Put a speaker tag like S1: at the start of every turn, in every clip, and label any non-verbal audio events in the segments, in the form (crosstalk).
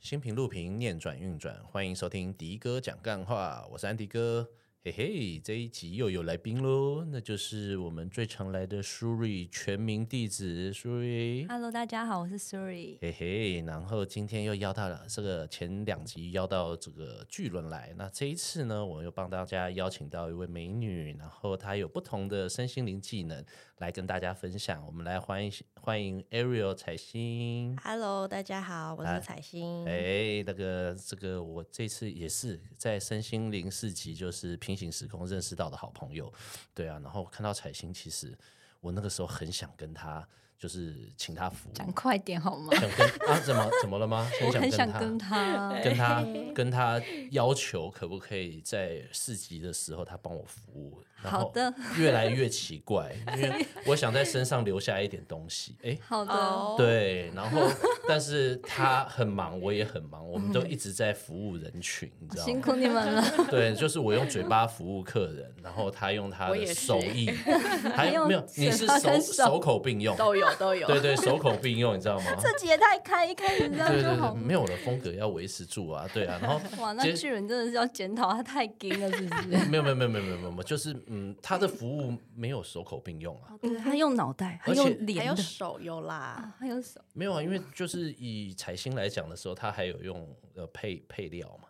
S1: 新平路平念转运转，欢迎收听迪哥讲干话，我是安迪哥，嘿嘿，这一集又有来宾喽，那就是我们最常来的苏瑞全民弟子苏瑞。
S2: Hello，大家好，我是 Suri。
S1: 嘿嘿，然后今天又邀到了这个前两集邀到这个巨轮来，那这一次呢，我又帮大家邀请到一位美女，然后她有不同的身心灵技能来跟大家分享。我们来欢迎欢迎 Ariel 彩星。
S3: Hello，大家好，我
S1: 哎
S3: 是彩
S2: 嗯
S3: 星。
S1: 哎，那个，这个，我这次也是在身心灵市集，就是平行时空认识到的好朋友，对啊。然后看到彩星，其实我那个时候很想跟他，就是请他服务，
S2: 讲快点好吗？
S1: 想跟啊，怎么怎么了吗？
S2: 我
S1: 很想
S2: 很
S1: 跟
S2: 想
S1: 他，
S2: 跟他，
S1: 跟他跟他要求，可不可以在市集的时候他帮我服务？然
S2: 好
S1: 后
S2: 的
S1: 越来越奇怪，因
S2: (laughs)
S1: 为我想在身上留下一点东西。哎，
S2: 好的，
S3: 哦，
S1: 对，然后但是他很忙，我也很忙，我们都一直在服务人群，你知道
S2: 辛
S1: 吗？
S2: 苦你们 (laughs) 了。
S1: 对，就是我用嘴巴服务客人，然后他用他
S3: 我
S1: 的
S3: 也是
S1: 手艺，还有
S2: 用
S1: 没有？你是
S2: 嘴巴
S1: 手
S2: 跟手
S1: 手口并用，
S3: 都有都有。
S2: (laughs)
S1: 对对，手口并用，你知道吗？
S2: 这集也太开，一开始 (laughs) 这样
S1: 对对
S2: 就
S1: 对，
S2: 好。
S1: 没有我的风格要维持住啊，对啊，然后
S2: 哇，那
S1: 接
S2: 巨人真的是要检讨，他太硬了，是不是？
S1: 没有没有没有没有没有没有，就是嗯，他的服务没有手口并用啊，
S2: (laughs) 对他用脑袋，他
S1: 而且
S2: 用
S3: 还
S2: 脸
S3: 有
S2: 的，
S3: 手有啦，
S2: 还有手，
S1: 没有啊，因为就是以彩星来讲的时候，他还有用呃配配料嘛。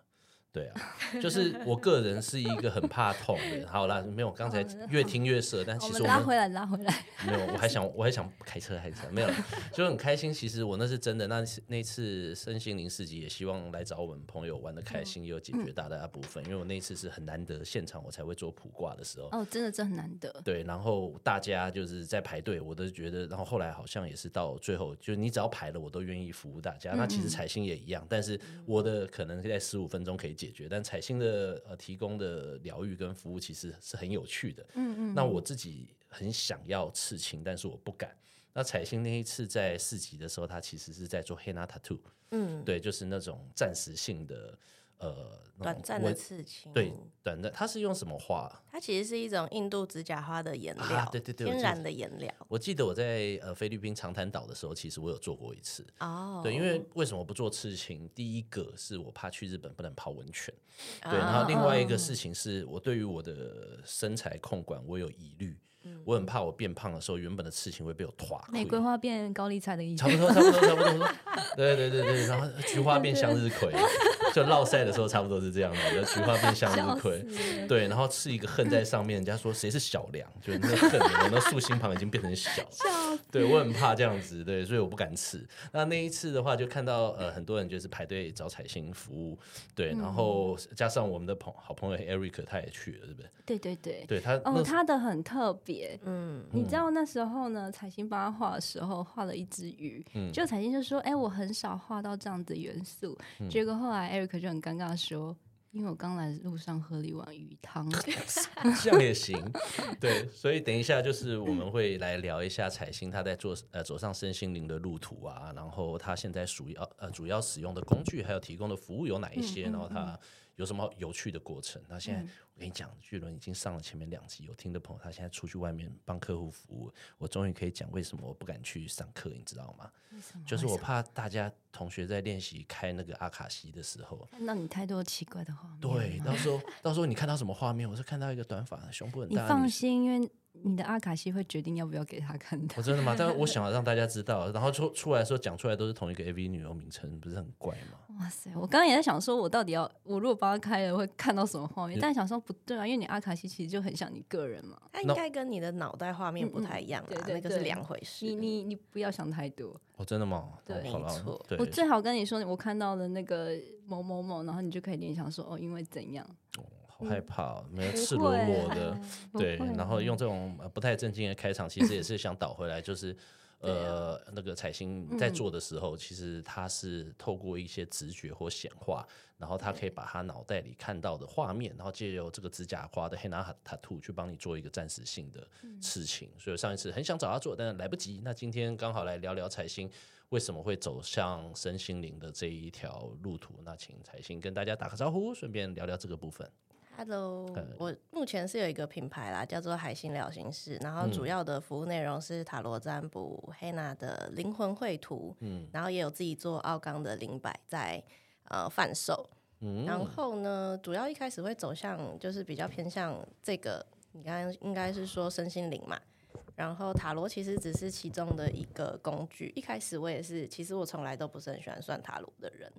S1: 对啊，就是我个人是一个很怕痛的人。好啦，没有，刚才越听越色，但
S2: 哦我
S1: 其
S2: 们
S1: 实我
S2: 拉
S1: 们
S2: 回来，拉回来。
S1: 没有，我还想，我还想开车，还想没有，就很开心。其实我那是真的，那次那次身心灵市集也希望来找我们朋友玩的开心，
S2: 嗯
S1: 也有解决大家的部分。因为我那次是很难得现场我才会做卜卦的时候，
S2: 哦，真的，这很难得。
S1: 对，然后大家就是在排队，我都觉得，然后后来好像也是到最后，就你只要排了，我都愿意服务大家。那其实彩星也一样，但是我的可能在十五分钟可以解决，但彩星的呃提供的疗愈跟服务其实是很有趣的。嗯嗯。那我自己很想要刺青，但是我不敢。那彩星那一次在四级的时候，她其实是在做黑 a tattoo，
S3: 嗯，
S1: 对，就是那种暂时性的呃那
S3: 短
S1: 种
S3: 暂的
S1: 纹
S3: 刺青。
S1: 对短暂，它是用什么画？
S3: 它其实是一种印度指甲花的颜料，
S1: 啊对对对我
S3: 天
S1: 记
S3: 然
S1: 得
S3: 的颜料。
S1: 我记得我在呃菲律宾长滩岛的时候，其实我有做过一次。
S3: 哦，
S1: 对，因为为什么不做刺青？第一个是我怕去日本不能泡温泉，
S3: 啊
S1: 对，然后另外一个事情是我对于我的身材控管我有疑虑，
S3: 嗯
S1: 我很怕我变胖的时候，原本的刺青会被我垮开。
S2: 玫瑰花变高丽菜的意思
S1: 差。不多，差不多，差不多。
S3: (laughs)
S1: 对对对对，然后菊花变向日葵，就落晒的时候差不多是这样的，就菊花变向日葵。对，然后刺一个恨在上面，人家说谁是小梁，就是那恨，我那竖心旁已经变成小。对，我很怕这样子，对，所以我不敢刺。那那一次的话，就看到呃很多人就是排队找彩星服务，对，然后加上我们的朋好朋友 Eric 他也去了，对不对？
S2: 对对对。
S1: 对他
S2: 哦，
S1: 那时候
S2: 他的很特别，
S3: 嗯，
S2: 你知道那时候呢，彩星帮他画的时候画了一只鱼，就彩星就说：“哎、我很少画到这样子的元素。结果后来 Eric 就很尴尬地说：“因为我刚来路上喝了一碗鱼汤。
S1: (laughs) 这样也行，对，所以等一下就是我们会来聊一下彩星她在做呃走上身心灵的路途啊，然后她现在主要呃主要使用的工具还有提供的服务有哪一些，然后她有什么有趣的过程。那现在我跟你讲，巨轮已经上了前面两集，有听的朋友他现在出去外面帮客户服务，我终于可以讲为什么我不敢去上课，你知道吗？就是我怕大家同学在练习开那个阿卡西的时候”。
S2: 看到你太多奇怪的画面，
S1: 对，，到时候到时候你看到什么画面？我是看到一个短发、胸部很
S2: 你
S1: 大的
S2: 放
S1: 女生
S2: 心，因为你的阿卡西会决定要不要给他看的
S1: 我。真的吗？但是我想要让大家知道，然后出出来的时候讲出来都是同一个 AV 女优名称，不是很怪吗？
S2: 哇塞！我刚刚也在想说，我到底要我如果帮他开了会看到什么画面？
S1: 你
S2: 但想说不对啊，因为你阿卡西其实就很像你个人嘛，
S3: 它应该跟你的脑袋画面不太一样
S2: 嗯嗯
S3: 啦，
S2: 对对
S3: 那个是
S2: 对
S3: 两回事。
S2: 你你你不要想太多。
S1: 哦，真的吗？
S2: 对
S1: 哦好
S3: 没
S1: 了
S3: 错，
S1: 对
S2: 我，最好跟你说，我看到了那个某某某，然后你就可以联想说，哦，因为怎样？
S1: 好害怕哦，没有
S2: 不
S1: 赤裸
S2: 会
S1: 裸
S2: 啊
S1: 的， (laughs)
S2: 不
S1: 对
S2: 会，嗯
S1: 然后用这种呃不太正经的开场，其实也是想倒回来，就是。
S2: 啊
S1: 呃，那个彩
S2: 嗯
S1: 星在做的时候，其实他是透过一些直觉或显化，然后他可以把他脑袋里看到的画面，然后借由这个指甲花的黑拿塔塔兔去帮你做一个暂时性的
S2: 嗯
S1: 事情。所以我上一次很想找他做，但是来不及。那今天刚好来聊聊彩星为什么会走向身心灵的这一条路途。那请彩星跟大家打个招呼，顺便聊聊这个部分。
S3: Hello，我
S1: 呃
S3: 目前是有一个品牌啦，叫做海星疗心室，
S1: 嗯
S3: 然后主要的服务内容是塔罗占卜、黑娜的灵魂绘图，嗯，然后也有自己做奥钢的灵摆在呃贩售，
S1: 嗯
S3: 然后呢，主要一开始会走向就是比较偏向这个，你刚刚应该是说身心灵嘛。然后塔罗其实只是其中的一个工具。一开始我也是，其实我从来都不是很喜欢算塔罗的人，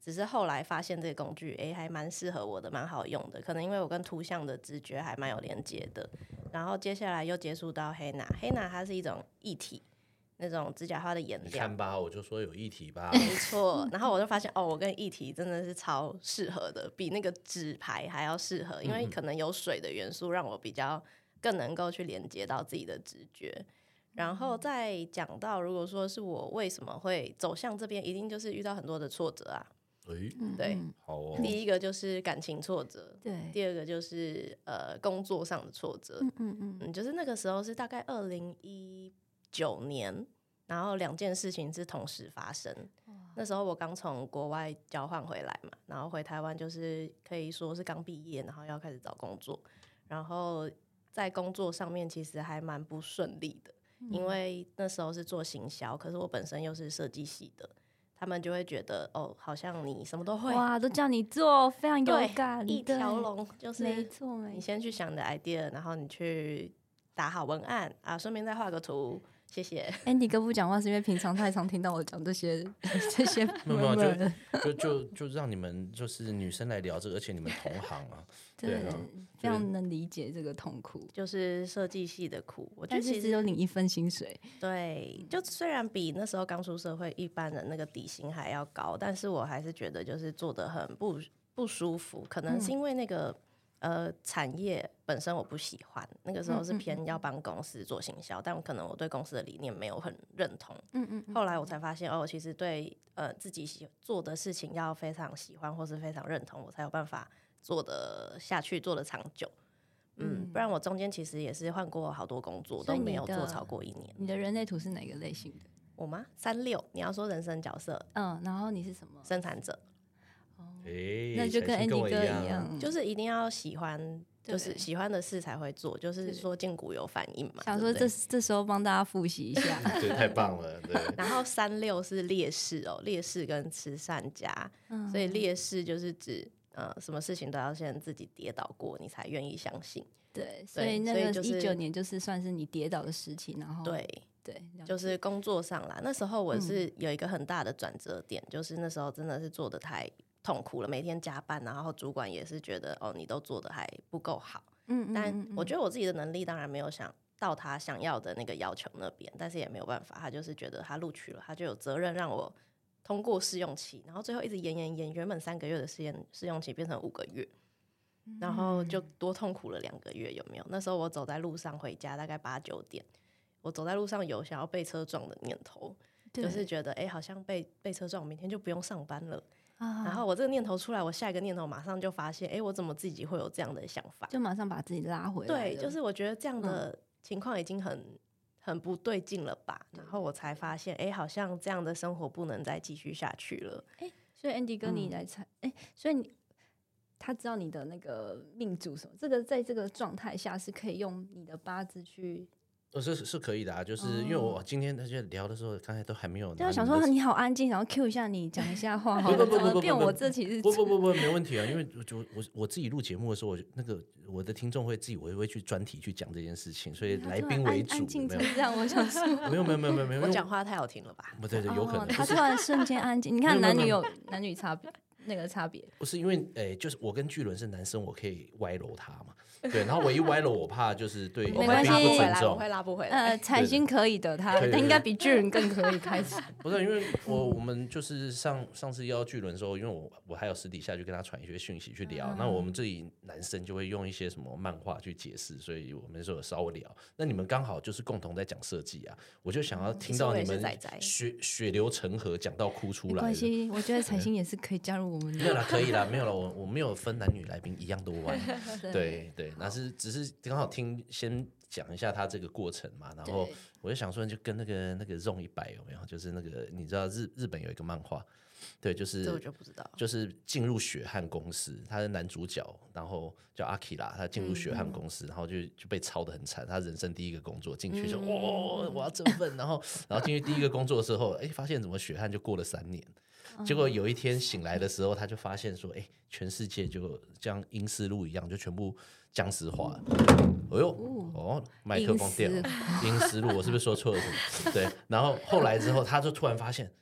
S3: 只是后来发现这个工具，诶，还蛮适合我的，蛮好用的。可能因为我跟图像的直觉还蛮有连接的。然后接下来又接触到黑娜，黑娜它是一种液体，那种指甲花的颜
S1: 你
S3: 料
S1: 看。吧，我就说有议题
S2: (laughs)
S1: 吧。
S3: 没错。然后我就发现，哦，我跟液体真的是超适合的，比那个纸牌还要适合，因为可能有水的元素，让我比较更能够去连接到自己的直觉。然后再讲到，如果说是我为什么会走向这边，一定就是遇到很多的挫折啊。
S1: 诶，
S3: 对，
S2: 嗯
S1: 好哦，
S3: 第一个就是感情挫折，
S2: 对，
S3: 第二个就是呃工作上的挫折，
S2: 嗯嗯嗯，
S3: 嗯，就是那个时候是大概二零一九年，然后两件事情是同时发生。那时候我刚从国外交换回来嘛，然后回台湾就是可以说是刚毕业，然后要开始找工作，然后在工作上面其实还蛮不顺利的，因
S2: 嗯
S3: 为那时候是做行销，可是我本身又是设计系的，他们就会觉得哦，好像你什么都会，
S2: 哇，都叫你做，非常有
S3: 对
S2: 感，
S3: 一
S2: 对
S3: 条，龙，就是
S2: 没错没
S3: 你
S2: 错，
S3: 先去想你的 idea，然后你去打好文案啊，顺便再画个图，谢谢。 (laughs)
S2: Andy 哥不讲话是因为平常太常听到我讲这些 (laughs) 这些
S1: 没有没有就
S2: murmur 了
S1: 就就就让你们就是女生来聊这个，而且你们同行啊，对啊
S2: 非
S1: 就是
S2: 常能理解这个痛苦。
S3: 就是设计系的苦，我觉
S2: 但
S3: 得
S2: 是
S3: 其
S2: 只
S3: 实
S2: 有领一份薪水，
S3: 对，就虽然比那时候刚出社会一般人那个底薪还要高，但是我还是觉得就是做的很不不舒服，可
S2: 嗯
S3: 能是因为那个、呃产业本身我不喜欢，那个时候是
S2: 嗯嗯
S3: 偏要帮公司做行销，但可能我对公司的理念没有很认同，
S2: 嗯嗯嗯，
S3: 后来我才发现，哦，其实对呃自己喜做的事情要非常喜欢或是非常认同，我才有办法做的下去，做的长久。嗯，不然我中间其实也是换过好多工作，
S2: 所
S3: 都
S2: 以
S3: 没
S2: 你
S3: 有做
S2: 的
S3: 超过一年。
S2: 你的人类图是哪个类型的？
S3: 我吗？三六，你要说人生角色，
S2: 嗯，然后你是什么？
S3: 生产者
S1: 诶，
S2: (laughs) 那就
S1: 才
S2: 跟
S1: 是
S2: Andy
S1: 我
S2: 哥
S1: 一
S2: 一样，
S3: 就是一定要喜欢，就是
S2: 对
S3: 喜欢的事才会做，就是
S2: 对
S3: 说筋骨有反应嘛。
S2: 想
S3: 对
S2: 说
S3: 不
S2: 这
S3: 对
S2: 这时候帮大家复习一下。 (laughs)
S1: 对，太棒了，对，
S3: 然后三六是劣势哦，劣势跟慈善家，
S2: 嗯
S3: 所以劣势就是指呃什么事情都要先自己跌倒过，你才愿意相信。
S2: 对，所以那
S3: 所以
S2: 个
S3: 就是
S2: 一九年就是算是你跌倒的时期，然后
S3: 对，
S2: 对，哦了
S3: 就
S2: 解嗯
S3: 是工作上啦，那时候我是有一个很大的转折点，就是那时候真的是做的太痛苦了，每天加班，然后主管也是觉得哦你都做的还不够好，
S2: 嗯，嗯
S3: 但我觉
S2: 得
S3: 得我自己的能力当然没有想到他想要的那个要求那边，但是也没有办法，他就是觉得他录取了，他就有责任让我通过试用期，然后最后一直延延延，原本三个月的试验试用期变成五个月，然后就
S2: 嗯
S3: 多痛苦了两个月，有没有？那时候我走在路上回家，大概八九点。我走在路上有想要被车撞的念头，就是觉得哎、诶好像被被车撞，我明天就不用上班了。然
S2: 然
S3: 后我这个念头出来，我下一个念头马上就发现，哎、我怎么自己会有这样的想法？
S2: 就马上把自己拉回来了，
S3: 对，就是我觉得这样的情况已经很、很不对劲了吧？然后我才发现，哎、好像这样的生活不能再继续下去了。
S2: 所以 Andy 哥你
S3: 嗯
S2: 来猜，哎、所以你他知道你的那个命主什么，这个在这个状态下是可以用你的八字去，
S1: 呃，是是可以的啊，就是因为我今天大家聊的时候，刚才都还没有啊拿你
S2: 哦对，
S1: 们的，
S2: 我想说你好安静，然后 Q 一下你讲一下话好了，
S1: (laughs) 不不不
S2: 怎
S1: 不不
S2: 么变
S1: 不
S2: 我这期是
S1: 不不不不，没问题啊，因为我就我我自己录节目的时候，我就那个我的听众会自己我也会去专题去讲这件事情，所以
S2: 他
S1: 来
S2: 突然
S1: 宾为
S2: 啊安
S1: 主，
S2: 安静
S1: 有
S2: 成
S1: 没
S2: 这样，我想说。
S1: 有没有没有没有没
S2: (laughs)
S1: 有没有，
S3: 我
S1: 因为
S3: 讲话太好听了吧？
S1: 不对 (laughs) 对，有可能
S2: 哦
S1: 不
S2: 他
S1: 是
S2: 突然瞬间安静。你
S1: (laughs)
S2: 看
S1: 没有
S2: 男
S1: 没
S2: 女
S1: 有
S2: 有男女差别，那个差别。
S1: 不是因为诶、就是我跟巨轮是男生，我可以歪楼他嘛，对，然后我一歪楼，我怕就是对来
S2: 没关
S1: 宾
S2: 系
S1: 不
S3: 我会
S1: 尊
S3: 拉不回来，我
S1: 重
S3: 会，拉不回来。
S2: 呃，彩星可以的，他
S1: 对对
S2: 他
S1: 对
S2: 应该比巨人更可
S1: (laughs)
S2: 以开始。
S1: 不是因为我我们就是上上次邀巨轮的时候，因为我我还有私底下就跟他传一些讯息去聊，
S3: 嗯
S1: 那我们自己男生就会用一些什么漫画去解释，所以我们就有稍微聊。那你们刚好就是共同在讲设计啊，我就想要听到
S3: 嗯其实我也
S1: 你
S3: 是
S1: 们
S3: 仔仔
S1: 血血流成河讲到哭出
S2: 没
S1: 来
S2: 关
S1: 的。
S2: 系，我觉得彩星也是可以加入我们
S1: 没有 (laughs)
S2: 的。
S1: 啦，可以啦，没有啦，我我没有分男女来宾一样都歪。对对，那是只是刚好听先讲一下他这个过程嘛，然后
S2: 对
S1: 我就想说，就跟那个那个 Zone 一百有没有？就是那个你知道日日本有一个漫画，对，就是
S2: 嗯
S3: 这我就不知道。
S1: 就是进入血汗公司，他是男主角，然后叫阿基拉，他进入血汗公司，然后就就被操的很惨。他人生第一个工作进去就哇、哦，我要振奋，然后然后进去第一个工作的时候，哎，发现怎么血汗就过了三年。结果有一天醒来的时候，他就发现说，哎，全世界就像英丝路一样，就全部僵尸化了。哎呦，哦，麦克风掉了，英丝路，我是不是说错了什么？对，然后后来之后，他就突然发现。哎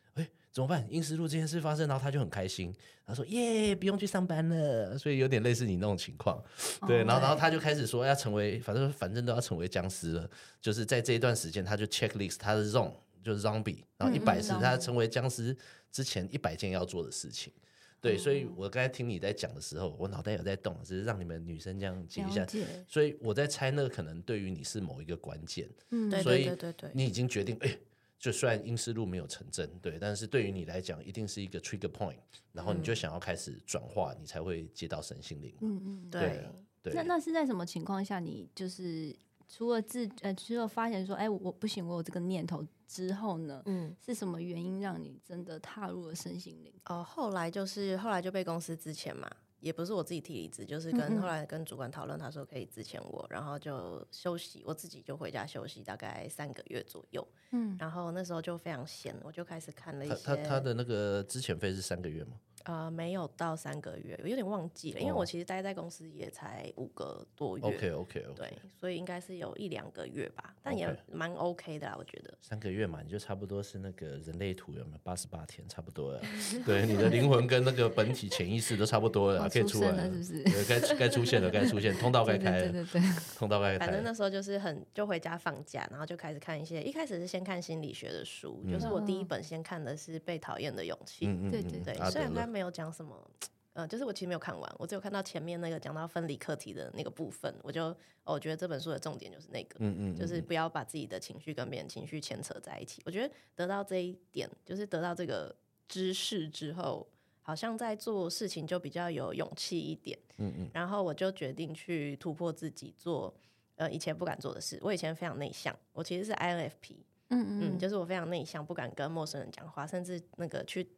S1: 怎么办？英石路这件事发生，然后他就很开心，他说：“耶，不用去上班了。”所以有点类似你那种情况，对。
S2: 哦
S1: 然后，然后他就开始说要成为，反正反正都要成为僵尸了。就是在这一段时间，他就 checklist 他的 zone 就是 zombie，然
S2: 嗯
S1: 后一百是他成为僵尸之前一百件要做的事情。对，所
S2: 哦
S1: 以我刚才听你在讲的时候，我脑袋有在动，只是让你们女生这样记一下
S2: 了。解
S1: 所以我在猜，那个可能对于你是某一个关键，
S2: 嗯
S3: 对
S1: 所以
S3: 对对对对，
S1: 你已经决定，哎、就虽然英思路没有成真，对，但是对于你来讲，一定是一个 trigger point，然后你就想要开始转化，你才会接到神性灵嘛。
S2: 嗯嗯。
S1: 对
S3: 对，啊
S1: 对
S2: 那，那是在什么情况下，你就是除了自呃，除了发现说，哎，我不行，我有这个念头之后呢，
S3: 嗯，
S2: 是什么原因让你真的踏入了身心灵？
S3: 哦，后来就是后来就被公司之前嘛，也不是我自己提离职，就是跟
S2: 嗯嗯
S3: 后来跟主管讨论，他说可以之前我，然后就休息，我自己就回家休息大概三个月左右，
S2: 嗯，
S3: 然后那时候就非常闲，我就开始看了一
S1: 他
S3: 些，
S1: 他他的那个之前费是三个月吗？
S3: 呃没有到三个月，我有点忘记了，因为
S1: 哦
S3: 我其实待在公司也才五个多月
S1: OK OK OK，
S3: 对，所以应该是有一两个月吧，但也
S1: OK
S3: 蛮 OK 的啦，我觉得。
S1: 三个月嘛，你就差不多是那个人类图有没有八十八天，差不多了。对，你的灵魂跟那个本体潜意识都差不多了，
S2: (laughs) 哦
S1: 啊可以
S2: 出
S1: 出来
S2: 生了
S1: 了，
S2: 是不是
S1: 对，该该出现了，该出现，通道该
S2: 对
S1: 开
S2: 对
S1: 了，
S2: 对对对，
S1: 通道该开
S3: 反正
S1: 了。
S3: 那时候就是很就回家放假，然后就开始看一些，一开始是先看心理学的书，就是我第一本先看的是《被讨厌的勇气》，
S1: 嗯嗯
S2: 对
S1: 嗯，
S2: 对
S3: 对，
S1: 阿
S3: 虽
S1: 德
S3: 然他
S1: 勒，
S3: 没有讲什么。呃，就是我其实没有看完，我只有看到前面那个讲到分离课题的那个部分，我就、哦我觉得这本书的重点就是那个，
S1: 嗯嗯，
S3: 就是不要把自己的情绪跟别人情绪牵扯在一起。我觉得得到这一点，就是得到这个知识之后，好像在做事情就比较有勇气一点。嗯嗯。然后我就决定去突破自己做。呃，以前不敢做的事，我以前非常内向，我其实是 INFP，
S2: 嗯
S3: 嗯，
S2: 嗯，
S3: 就是我非常内向，不敢跟陌生人讲话，甚至那个去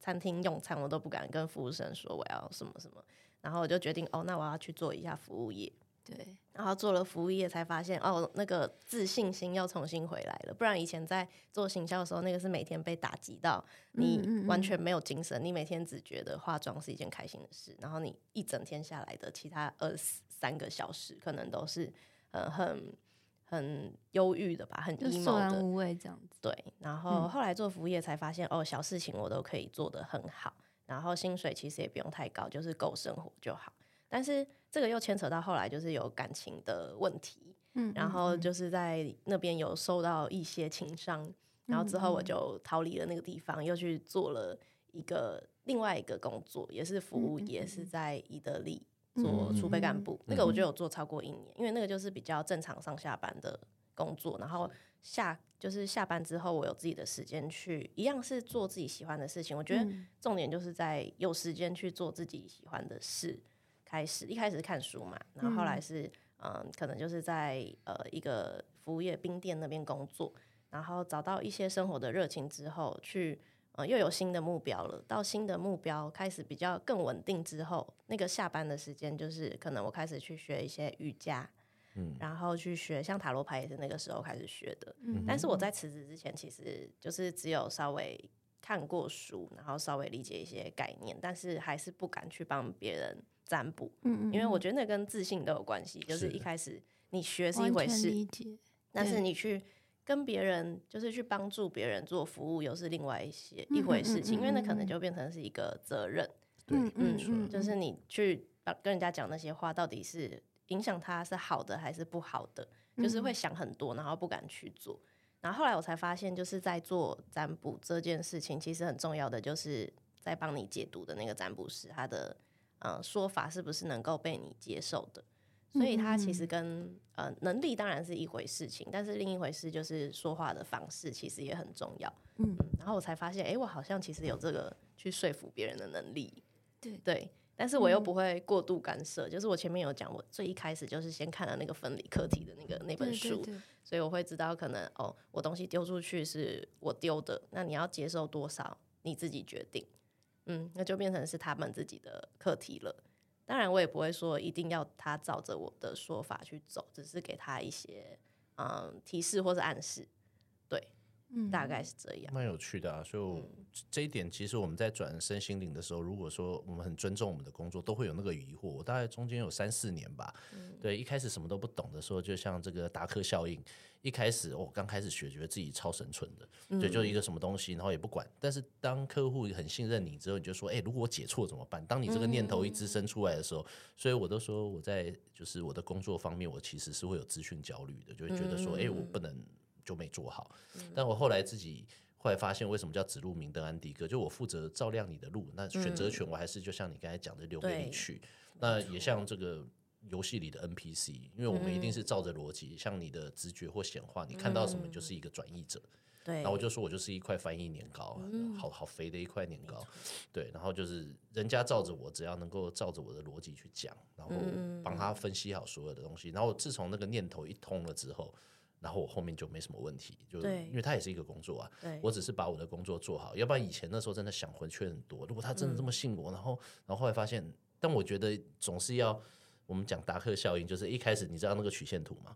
S3: 餐厅用餐，我都不敢跟服务生说我要什么什么。然后我就决定，哦，那我要去做一下服务业。
S2: 对，
S3: 然后做了服务业，才发现哦，那个自信心要重新回来了。不然以前在做行销的时候，那个是每天被打击到，
S2: 嗯嗯
S3: 你
S2: 嗯
S3: 完全没有精神，你每天只觉得化妆是一件开心的事，然后你一整天下来的其他二三个小时，可能都是呃很很忧郁的吧，很
S2: 就索
S3: emo
S2: 然
S3: 的，
S2: 无味这样子。
S3: 对，然后
S2: 嗯
S3: 后来做服务业才发现，哦，小事情我都可以做得很好，然后薪水其实也不用太高，就是够生活就好。但是这个又牵扯到后来就是有感情的问题，
S2: 嗯，
S3: 然后就是在那边有受到一些情伤，然后之后我
S2: 嗯
S3: 就逃离了那个地方，又去做了一个另外一个工作，也是服务
S2: 嗯嗯
S3: 业，
S2: 嗯
S3: 是在伊德利
S2: 嗯
S3: 做
S2: 嗯
S3: 储备干部，那个
S2: 嗯
S3: 我就有做超过一年，因为那个就是比较正常上下班的工作，然后下就是下班之后我有自己的时间去，一样是做自己喜欢的事情。我觉得
S2: 嗯
S3: 重点就是在有时间去做自己喜欢的事。开始一开始是看书嘛，然后后来是嗯、可能就是在呃一个服务业冰店那边工作，然后找到一些生活的热情之后，去呃又有新的目标了。到新的目标开始比较更稳定之后，那个下班的时间就是可能我开始去学一些瑜伽，嗯，然后去学像塔罗牌也是那个时候开始学的。
S2: 嗯
S3: 但是我在辞职之前，其实就是只有稍微看过书，然后稍微理解一些概念，但是还是不敢去帮别人占卜，
S2: 嗯嗯，
S3: 因为我觉得那跟自信都有关系。就是
S1: 是
S3: 一开始你学是一
S2: 完
S3: 回
S2: 全
S3: 事，
S2: 理解，
S3: 但是
S2: 对
S3: 你去跟别人，就是去帮助别人做服务，又是另外一些一回事情，
S2: 嗯嗯嗯
S3: 因为那可
S2: 嗯嗯
S3: 能就变成是一个责任。
S1: 对，
S2: 嗯
S1: 没
S2: 嗯
S1: 错，
S2: 嗯
S3: 就是你去把跟人家讲那些话，到底是影响他是好的还是不好的，就是
S2: 嗯
S3: 会想很多，然后不敢去做。然后后来我才发现，就是在做占卜这件事情，其实很重要的就是在帮你解读的那个占卜师，他的呃说法是不是能够被你接受的。所以他
S2: 嗯
S3: 其实跟呃能力当然是一回事情，但是另一回事就是说话的方式其实也很重要。
S2: 嗯，
S3: 然后我才发现，诶，我好像其实有这个去说服别人的能力。
S2: 对
S3: 对，但是我又
S2: 嗯
S3: 不会过度干涉。就是我前面有讲，我最一开始就是先看了那个分离课题的那个那
S2: 对
S3: 本
S2: 对
S3: 书，
S2: 对
S3: 所以我会知道可能哦，我东西丢出去是我丢的，那你要接受多少？你自己决定。嗯，那就变成是他们自己的课题了。当然，我也不会说一定要他照着我的说法去走，只是给他一些嗯提示或是暗示。对，
S2: 嗯
S3: 大概是这样。
S1: 蛮有趣的啊，所以我这一点其实我们在转身心灵的时候，如果说我们很尊重我们的工作，都会有那个疑惑。我大概中间有三四年吧，对，一开始什么都不懂的时候，就像这个达克效应，一开始我、哦刚开始学，觉得自己超神蠢的，对，就一个什么东西，然后也不管。但是当客户很信任你之后，你就说，哎、如果我解错怎么办？当你这个念头一滋生出来的时候，所以我都说我在就是我的工作方面，我其实是会有资讯焦虑的，就会觉得说，哎、我不能就没做好。但我后来自己后来发现，为什么叫指路明灯安迪哥？就我负责照亮你的路，那选择权我还是就像你刚才讲的留给你
S3: 对
S1: 去。那也像这个游戏里的 NPC，因为我们一定是照着逻辑，像你的直觉或显化，你看到什么你就是一个转译者。
S3: 对，嗯
S1: 然后我就说我就是一块翻译年糕，啊好好肥的一块年糕，对，然后就是人家照着我，只要能够照着我的逻辑去讲，然
S3: 嗯
S1: 后帮他分析好所有的东西。然后自从那个念头一通了之后，然后我后面就没什么问题，就
S3: 对
S1: 因为他也是一个工作啊，
S3: 对，
S1: 我只是把我的工作做好，要不然以前那时候真的想回去很多。如果他真的这么信我，然后然后后来发现，但我觉得总是要我们讲达克效应，就是一开始你知道那个曲线图吗？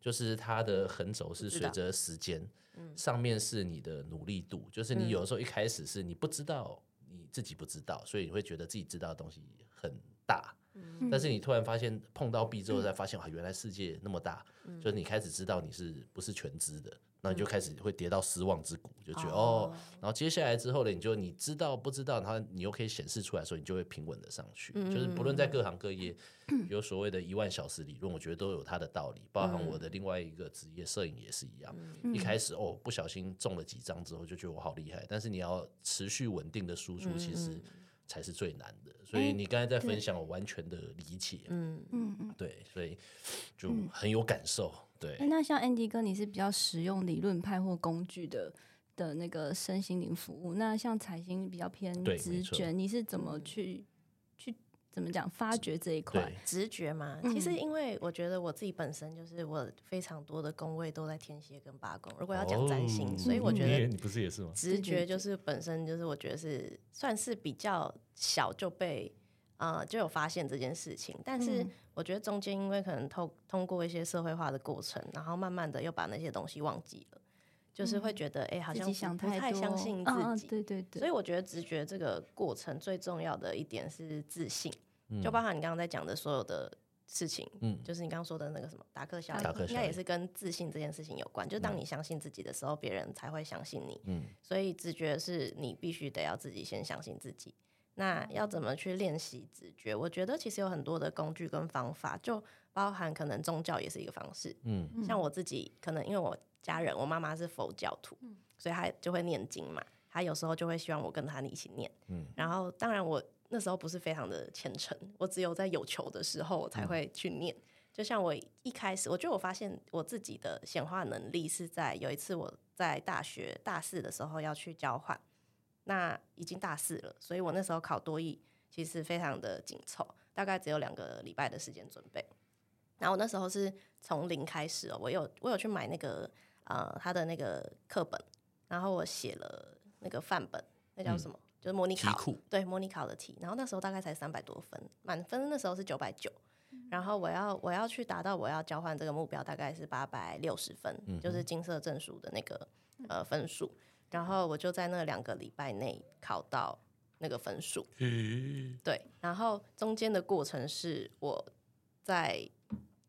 S1: 就是它的横轴是随着时间，上面是你的努力度，就是你有的时候一开始是你不知道你自己不知道，所以你会觉得自己知道的东西很大，
S2: 嗯
S1: 但是你突然发现碰到壁之后，才发现啊，原来世界那么大，就是你开始知道你是不是全知的，那你就开始会跌到失望之谷，就觉得哦，然后接下来之后呢，你就你知道不知道，然后你又可以显示出来的时候，你就会平稳的上去。就是不论在各行各业，
S3: 嗯
S1: 有所谓的一万小时理论，我觉得都有它的道理，包含
S3: 嗯
S1: 我的另外一个职业摄影也是一样。一开始哦，不小心中了几张之后，就觉得我好厉害，但是你要持续稳定的输出，其
S3: 嗯
S1: 实。才是最难的，所以你刚才在分享，我完全的理解，
S3: 嗯，
S2: 嗯嗯。
S1: 对，所以就很有感受，对
S2: 哎，，那像 Andy 哥，你是比较实用理论派或工具的的那个身心灵服务，那像财星比较偏
S1: 对没
S2: 直
S1: 错
S2: 觉，你是怎么去去怎么讲发掘这一块
S1: 对？，
S3: 直觉嘛，
S2: 嗯
S3: 其实因为我觉得我自己本身就是我非常多的宫位都在天蝎跟八宫，如果要讲占星，
S2: 哦
S3: 所以我觉得
S1: 哦嗯你不是也是吗？
S3: 直
S2: 嗯对对
S3: 觉就是本身就是我觉得是算是比较小就被呃就有发现这件事情，但是
S2: 嗯
S3: 我觉得中间因为可能透通过一些社会化的过程，然后慢慢的又把那些东西忘记了，就是会觉得哎、好
S2: 嗯自己
S3: 像不
S2: 想
S3: 不太
S2: 多，
S3: 相信
S2: 嗯嗯
S3: 自己，
S2: 对对对，
S3: 所以我觉得直觉这个过程最重要的一点是自信，就
S2: 嗯
S3: 包含你刚刚在讲的所有的事情，
S1: 嗯
S3: 就是你刚刚说的那个什么达克效
S1: 达克效
S3: 应，应
S1: 应
S3: 该也是跟自信这件事情有关。就是当你相信自己的时候，别人才会相信你。
S1: 嗯
S3: 所以直觉是你必须得要自己先相信自己。那要怎么去练习直觉？我觉得其实有很多的工具跟方法，就包含可能宗教也是一个方式。
S1: 嗯
S3: 像我自己，可能因为我家人，我妈妈是佛教徒，所以她就会念经嘛。她有时候就会希望我跟她一起念。
S1: 嗯
S3: 然后当然我那时候不是非常的虔诚，我只有在有求的时候我才会去念。就像我一开始，我觉得我发现我自己的显化能力是在有一次我在大学大四的时候要去交换，那已经大四了，所以我那时候考多艺其实非常的紧凑，大概只有两个礼拜的时间准备。然后我那时候是从零开始哦，我有我有去买那个呃他的那个课本，然后我写了那个范本，那叫什么？就是模拟
S1: 嗯题
S3: 考，
S1: 库
S3: 对模拟考的题。然后那时候大概才三百多分，满分那时候是九百九。然后我要我要去达到我要交换这个目标，大概是八百六十分，
S1: 嗯
S3: 就是金色证书的那个呃分数。然后我就在那两个礼拜内考到那个分数，对。然后中间的过程是我在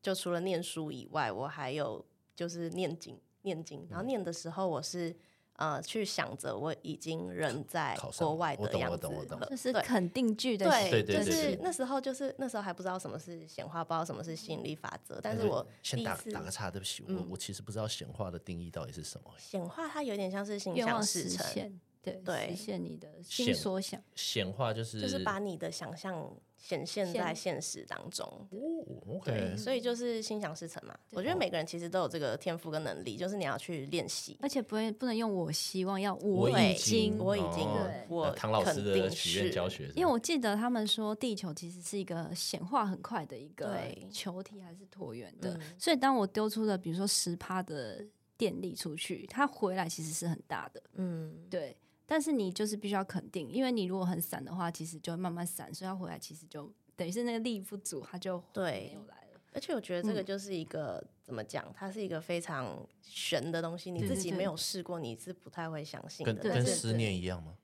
S3: 就除了念书以外，我还有就是念经，念经。
S1: 嗯
S3: 然后念的时候，我是呃去想着我已经人在
S1: 考上
S3: 国外
S1: 我
S3: 的
S1: 懂我
S3: 样子
S1: 懂我懂
S3: 了
S2: 这是
S3: 对
S2: 肯定句的
S1: 对
S3: 对，
S1: 对
S3: 就
S1: 对
S3: 是
S1: 对
S3: 那时候就是那时候还不知道什么是显化，不知道什么是吸引力法则，但是我第
S1: 先
S3: 一
S1: 打
S3: 次嗯
S1: 打个岔，对不起，我我其实不知道显化的定义到底是什么。
S3: 显化它有点像是心
S2: 愿望
S3: 想
S2: 实
S3: 事成，
S2: 现，对，
S3: 对
S2: 实现你的
S1: 显
S2: 心所想，
S1: 显化就是哦
S3: 就是把你的想象显现在现实当中。
S1: 哦
S3: 对，
S2: 嗯
S1: ，OK，
S3: 所以就是心想事成嘛。我觉得每个人其实都有这个天赋跟能力，就是你要去练习。
S2: 而且不会不能用我希望，要
S1: 我
S2: 已
S1: 已
S2: 经
S1: 经，
S3: 我已经
S1: 哦
S2: 对
S1: 那
S3: 我
S1: 唐老师
S3: 肯定
S1: 的许愿
S3: 是
S1: 教学是吗，
S2: 因为我记得他们说，地球其实是一个显化很快的一个
S3: 对嗯
S2: 球体还是椭圆的，所以当我丢出了比如说十趴的电力出去，它回来其实是很大的。
S3: 嗯，
S2: 对，但是你就是必须要肯定，因为你如果很散的话，其实就会慢慢散，所以它回来其实就等于是那个力不足，它就没
S3: 对
S2: 有，来了。
S3: 而且我觉得这个
S2: 嗯
S3: 就是一个、怎么讲，它是一个非常玄的东西，你
S2: 对
S3: 自
S2: 对
S3: 己
S2: 对
S3: 没有试过，你是不太会相信的。
S1: 跟
S2: 对
S3: 但
S1: 跟
S3: 是
S1: 思念一样吗？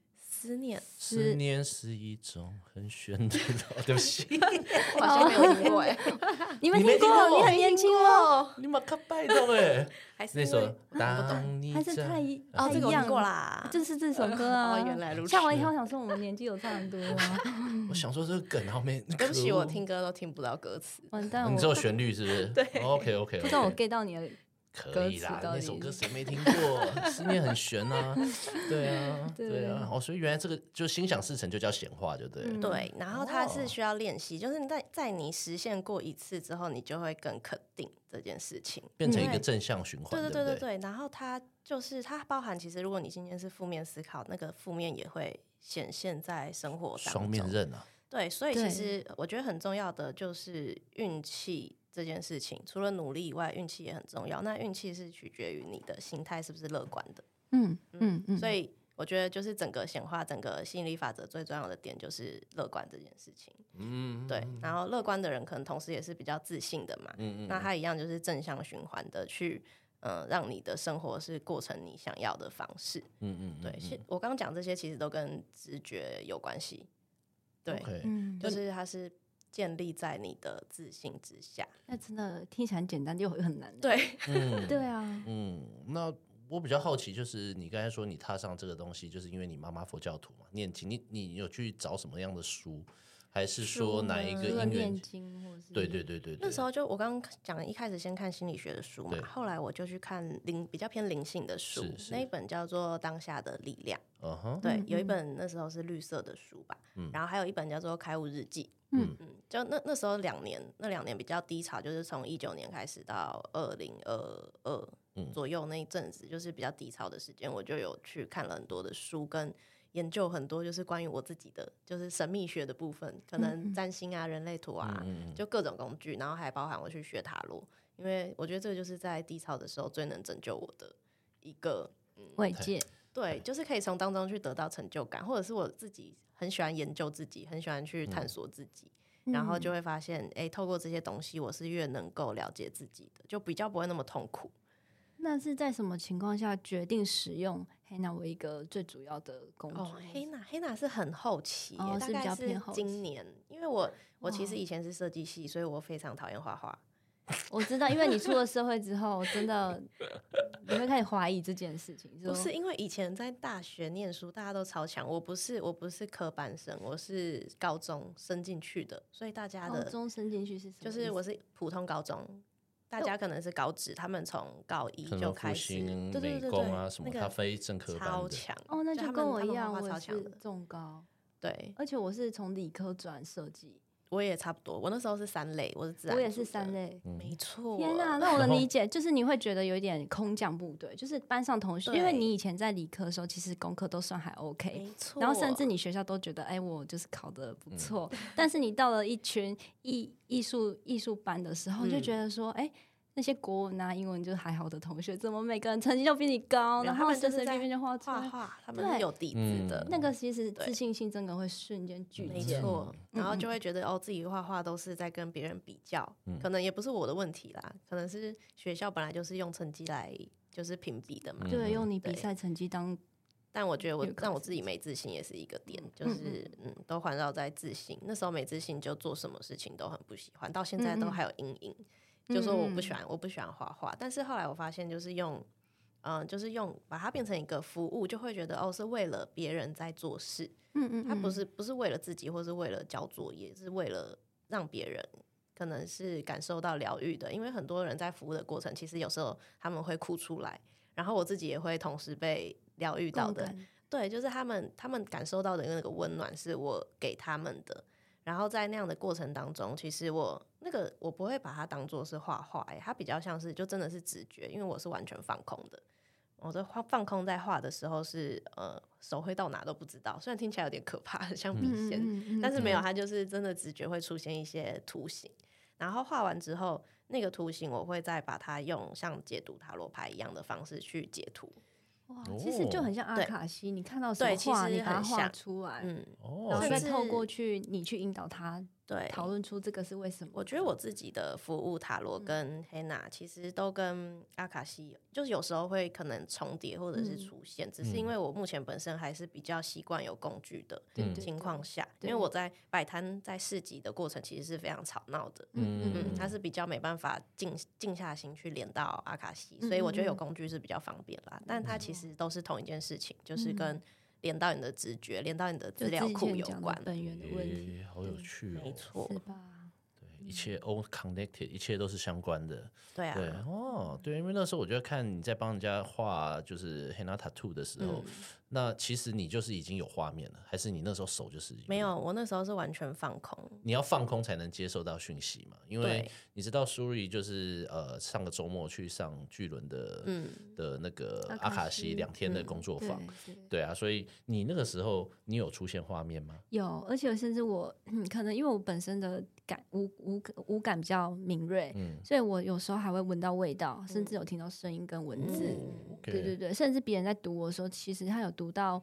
S2: (laughs)
S3: 思念，
S1: 思念是一种很玄的，
S2: (laughs)
S1: 对不起，
S3: 我好像没有听过 (laughs) 哎、
S2: 你没
S1: 你没
S2: 听
S1: 听过
S2: 过？你很年轻哦，
S1: 你马卡拜动哎，
S3: (laughs) 还是
S1: 那
S3: 因
S1: 首
S3: 为
S1: 当你
S2: 还是
S1: 在
S2: 太一
S3: 哦，
S2: 太
S3: 这个我听
S2: 样
S3: 过
S2: 了
S3: 啦，
S2: 就是这首歌啊。
S3: 哦，原来如
S2: (laughs)
S3: 此
S2: 吓。我一跳，想说我们年纪有差很多啊吗？
S3: (laughs)
S1: 我想说这个梗，然后没
S3: 对不起，
S1: 可恶
S3: 我听歌都听不到歌词。
S2: 完蛋，
S1: 你
S2: 我
S1: 只有旋律是不是？
S3: (laughs) 对
S1: ，OK OK，
S2: 不知道我 get 到你
S3: 嗯
S2: 的。
S1: 可
S2: 歌
S1: 以
S2: 词
S1: 啦，
S2: 到
S1: 那
S2: 底
S1: 首歌谁没听过？ (laughs) 思念很悬
S2: (laughs)
S1: 啊，对啊，
S2: 对
S1: 对啊，哦，所以原来这个就心想事成就叫显化，就对了。
S2: 嗯
S3: 对，然后它
S1: 哦
S3: 是需要练习，就是你在在你实现过一次之后，你就会更肯定这件事情。
S1: 变成一个
S3: 对
S1: 正向循环，
S3: 对对
S1: 对
S3: 对对
S1: 不对？
S3: 对，然后它就是它包含，其实如果你今天是负面思考，那个负面也会显现在生活当中。
S1: 双面刃啊，
S3: 对，所以
S2: 对
S3: 其实我觉得很重要的就是运气这件事情，除了努力以外，运气也很重要。那运气是取决于你的心态是不是乐观的，
S2: 嗯嗯嗯，
S3: 所以我觉得就是整个显化、整个吸引力法则最重要的点就是乐观这件事情。
S1: 嗯，
S3: 对，然后乐观的人可能同时也是比较自信的嘛，
S1: 嗯嗯
S3: 那他一样就是正向循环的去，嗯、让你的生活是过成你想要的方式。
S1: 嗯嗯，
S3: 对，
S1: 嗯
S3: 是我刚刚讲这些其实都跟直觉有关系，对
S1: OK
S2: 嗯，
S3: 就是它是建立在你的自信之下。
S2: 那真的听起来很简单，又很难。
S3: 对，
S1: 嗯
S2: 对啊，
S1: 嗯，那我比较好奇，就是你刚才说你踏上这个东西，就是因为你妈妈佛教徒嘛，念经，你你有去找什么样的书，还是说哪一个
S2: 除了
S1: 因
S2: 念
S1: 缘？
S2: 经或是
S1: 对对对对对，
S3: 嗯那时候就我刚刚讲，一开始先看心理学的书嘛
S1: 对，
S3: 后来我就去看灵比较偏灵性的书
S1: 是，是
S3: 那一本叫做《当下的力量》。
S1: 嗯哼，
S3: 对
S2: 嗯，
S3: 有一
S2: 嗯
S3: 本那时候是绿色的书吧，然后还有一本叫做《开悟日记》。
S2: 嗯
S3: 嗯嗯，就那那时候两年，那两年比较低潮，就是从一九年开始到二零二二
S1: 嗯
S3: 左右那一阵子，就是比较低潮的时间，我就有去看了很多的书跟。研究很多就是关于我自己的，就是神秘学的部分，可
S2: 嗯嗯
S3: 能占星啊、人类图啊，
S1: 嗯嗯
S3: 就各种工具，然后还包含我去学塔罗，因为我觉得这个就是在低潮的时候最能拯救我的一个
S2: 慰藉，
S3: 对，就是可以从当中去得到成就感，或者是我自己很喜欢研究自己，很喜欢去
S2: 嗯
S3: 探索自己，然后就会发现，哎、透过这些东西，我是越能够了解自己的，就比较不会那么痛苦。
S2: 那是在什么情况下决定使用黑娜为一个最主要的工具？
S3: 哦，黑娜，黑娜是很后期耶、
S2: 哦
S3: 大
S2: 是比较
S3: 概
S2: 偏
S3: 是
S2: 后期
S3: 今年，因为我我其
S2: 哇
S3: 实以前是设计系，所以我非常讨厌画画。
S2: 我知道，因为你出了社会之后，真的你会开始怀疑这件事情。
S3: 不
S2: 说
S3: 是因为以前在大学念书，大家都超强，我不是我不是科班生，我是高中升进去的，所以大家
S2: 高
S3: 的
S2: 中生进去是什么
S3: 就
S2: 意思？
S3: 是我是普通高中，大家可能是高职，他们从高一
S1: 可
S3: 就
S1: 能复
S3: 开始
S1: 兴，
S3: 对对
S1: 美
S3: 对
S1: 工啊
S3: 对，
S1: 什么，
S3: 那
S1: 他
S3: 个
S1: 非正科班
S3: 超
S1: 的，
S3: 强
S2: 哦，那就
S3: 他们
S2: 跟我
S3: 他
S2: 一
S3: 们画
S2: 样，
S3: 画
S2: 我
S3: 超
S2: 也
S3: 强
S2: 是
S3: 的。
S2: 重高，
S3: 对，
S2: 而且我是从理科转设计，
S3: 我也差不多，我那时候是三类，我是自然，
S2: 我也是三，类。
S3: 没错。
S2: 天
S3: (laughs)
S2: 呐，那我能理解，就是你会觉得有一点空降部队，就是班上同学，因为
S3: 对
S2: 你以前在理科的时候，其实功课都算还 OK，
S3: 没错，
S2: 然后甚至你学校都觉得，哎，我就是考的不错，但是你到了一群艺艺术艺术班的时候，就
S3: 嗯
S2: 觉得说，哎。那些国文啊、英文就是还好的同学，怎么每个人成绩都比你高，
S3: 没有
S2: 然
S3: 他
S2: 后
S3: 们就
S2: 随
S3: 是
S2: 随
S3: 在
S2: 便便就画出
S3: 画
S2: 来？
S3: 画，他们
S2: 对
S3: 是有底
S1: 嗯
S3: 子的，
S2: 那个其实
S3: 对
S2: 自信心真的会瞬间巨
S3: 没
S2: 减。
S3: 错。然后就
S2: 嗯
S3: 会觉得哦，自己画画都是在跟别人比较，
S1: 嗯
S3: 可能也不是我的问题啦，可能是学校本来就是用成绩来就是评比的
S1: 嗯
S3: 嘛。
S2: 对，用你比
S3: 嗯对嗯
S2: 赛成绩当
S3: 但我觉得我
S2: 有可
S3: 让我
S2: 能
S3: 自己没自信也是一个点，就
S2: 嗯
S3: 是嗯，都环绕在自信。那时候没自信，就做什么事情都很不喜欢，到现在
S2: 嗯
S3: 都
S2: 嗯
S3: 还有阴影。就说我不喜
S2: 嗯
S3: 欢，我不喜欢画画。但是后来我发现，就是用，嗯、就是用把它变成一个服务，就会觉得哦，是为了别人在做事，
S2: 嗯嗯，
S3: 他不
S2: 嗯
S3: 是不是为了自己，或是为了交作业，是为了让别人。可能是感受到疗愈的，因为很多人在服务的过程，其实有时候他们会哭出来，然后我自己也会同时被疗愈到
S2: 共
S3: 的。
S2: 感
S3: 对，就是他们他们感受到的那个温暖是我给他们的。然后在那样的过程当中，其实我那个我不会把它当做是画画、欸，它比较像是就真的是直觉，因为我是完全放空的。我的画放空在画的时候是呃手会到哪都不知道，虽然听起来有点可怕，很像笔仙，
S2: 嗯
S3: 但是没有，
S2: 嗯
S3: 它就是真的直觉会出现一些图形，然后画完之后，那个图形我会再把它用像解读塔罗牌一样的方式去解图，
S2: 哇，
S1: 哦
S2: 其实就很像阿
S3: 对
S2: 卡西，你看到什么
S3: 对其
S2: 画，你
S3: 实
S2: 把它
S3: 很
S2: 画
S3: 像
S2: 出来，
S3: 嗯，
S2: 然
S1: 哦，
S2: 后
S1: 所
S2: 再
S1: 以
S3: 是
S2: 透过去你去引导他
S3: 对，
S2: 讨论出这个是为什么。
S3: 我觉得我自己的服务塔罗
S2: 嗯
S3: 跟黑娜其实都跟阿卡西有，就是有时候会可能重叠或者是
S2: 嗯
S3: 出现，只是因为我目前本身还是比较习惯有工具的
S2: 对
S1: 嗯
S2: 对
S3: 情
S2: 对
S3: 况下，
S2: 对
S3: 因为我在摆摊在市集的过程其实是非常吵闹的，
S2: 嗯
S3: 嗯，
S1: 嗯
S3: 它是比较没办法静静下心去连到阿卡西，所以我觉得
S2: 嗯
S3: 有
S2: 嗯嗯
S3: 工具是比较方便啦，但它其实都是同一件事情，就是
S2: 嗯
S3: 跟连到你的直觉、连到你的资
S2: 就
S3: 料
S2: 之
S3: 库
S2: 前
S3: 有
S2: 讲的
S3: 关，
S2: 本源的问题，
S1: 诶好有
S2: 对
S1: 趣哦，
S3: 嗯没错嗯
S2: 是，吧？
S1: 对，一切 all connected，一切都是相关的。
S3: 对
S1: 对
S3: 啊，
S1: 哦，对，因为那时候我就看你在帮人家画就是黑 a tattoo 的时
S3: 嗯
S1: 候，那其实你就是已经有画面了，还是你那时候手就是
S3: 没？有，我那时候是完全放空，
S1: 你要放空才能接受到讯息嘛，因为
S3: 对
S1: 你知道苏瑞就是呃上个周末去上巨轮的、
S3: 嗯。
S1: 的那个
S2: 阿卡
S1: 阿卡西
S2: 西
S1: 两天的
S3: 嗯
S1: 工作
S2: 对
S1: 坊，
S2: 对
S1: 对啊，所以你那个时候你有出现画面吗？
S2: 有，而且甚至我嗯可能因为我本身的感五五五感比较敏锐，
S1: 嗯
S2: 所以我有时候还会闻到味道，甚至有听到声音跟文字。
S3: 嗯
S1: ，OK，
S2: 对对对，甚至别人在读我的时候，其实他有读到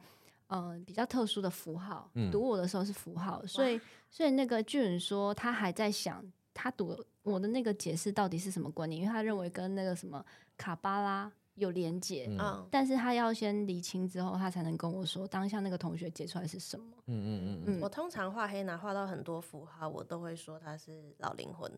S2: 嗯、呃比较特殊的符号，
S1: 嗯
S2: 读我的时候是符号，所以所以那个巨人说他还在想他读我的那个解释到底是什么观念，因为他认为跟那个什么卡巴拉有连结。
S1: 嗯
S3: 嗯，
S2: 但是他要先厘清之后，他才能跟我说当下那个同学解出来是什么。
S1: 嗯嗯嗯嗯，
S2: 嗯
S3: 我通常画黑拿画到很多符号，我都会说它是老灵魂。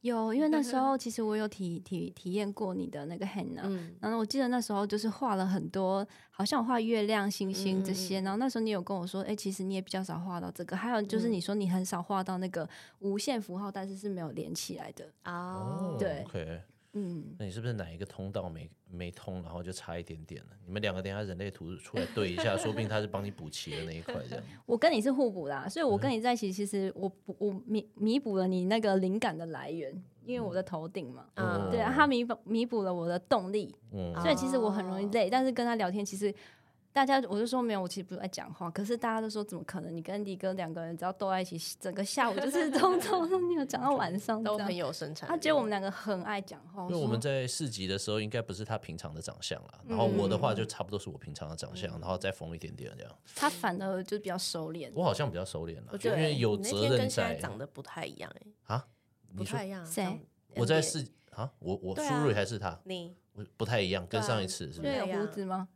S2: 有，因为那时
S3: (laughs)
S2: 候其实我有体体体验过你的那个 henna，、
S3: 嗯，
S2: 然后我记得那时候就是画了很多，好像我画月亮、星星这些。
S3: 嗯嗯嗯
S2: 然后那时候你有跟我说，哎、其实你也比较少画到这个，还有就是
S3: 嗯
S2: 你说你很少画到那个无限符号，但是是没有连起来的。
S1: 哦
S3: 哦，
S2: 对
S1: ，OK，
S2: 嗯，
S1: 那你是不是哪一个通道没没通，然后就差一点点了？你们两个等一下人类图出来对一
S3: (laughs)
S1: 下，说不定他是帮你补齐的那一块这样。
S2: 我跟你是互补啊啦，所
S1: 嗯
S2: 以我跟你在一起，其实我补我弥弥补了你那个灵感的来源，因为我的头顶嘛。
S1: 嗯
S3: 嗯，
S2: 对啊，他弥补弥补了我的动力，
S1: 嗯，
S2: 所以其实我很容易
S3: 哦
S2: 累，但是跟他聊天，其实大家我就说没有，我其实不是在讲话，可是大家都说怎么可能？你跟李哥两个人只要斗在一起，整个下午就是 (laughs) 从从从你有讲到晚上这
S3: 都很
S2: 样。
S3: 有生产力。
S2: 他觉得我们两个很爱讲话，
S1: 因为
S2: 说
S1: 我们在市集的时候，应该不是他平常的长相啦。然后
S3: 嗯
S1: 我的话就差不多是我平常的长相，然后再疯一点点这样。
S2: 他反而就比较收敛。
S1: 我好像比较收敛了，
S3: 我觉得
S1: 因为有
S3: 你那
S1: 责
S3: 天
S1: 任
S3: 跟现
S1: 在
S3: 在长得不太一样，哎，
S1: 啊。
S3: 不
S1: 你说
S3: 太一样。
S2: 谁
S3: 长
S1: 我在
S3: NBA
S1: 市啊，我我
S3: 对
S1: 苏
S3: 啊
S1: 瑞还是他，
S3: 你，
S1: 我不太一样，跟
S3: 对啊
S1: 上一次是不
S2: 因
S1: 是
S2: 为
S3: 对？
S2: 有
S3: 啊
S2: 胡子吗？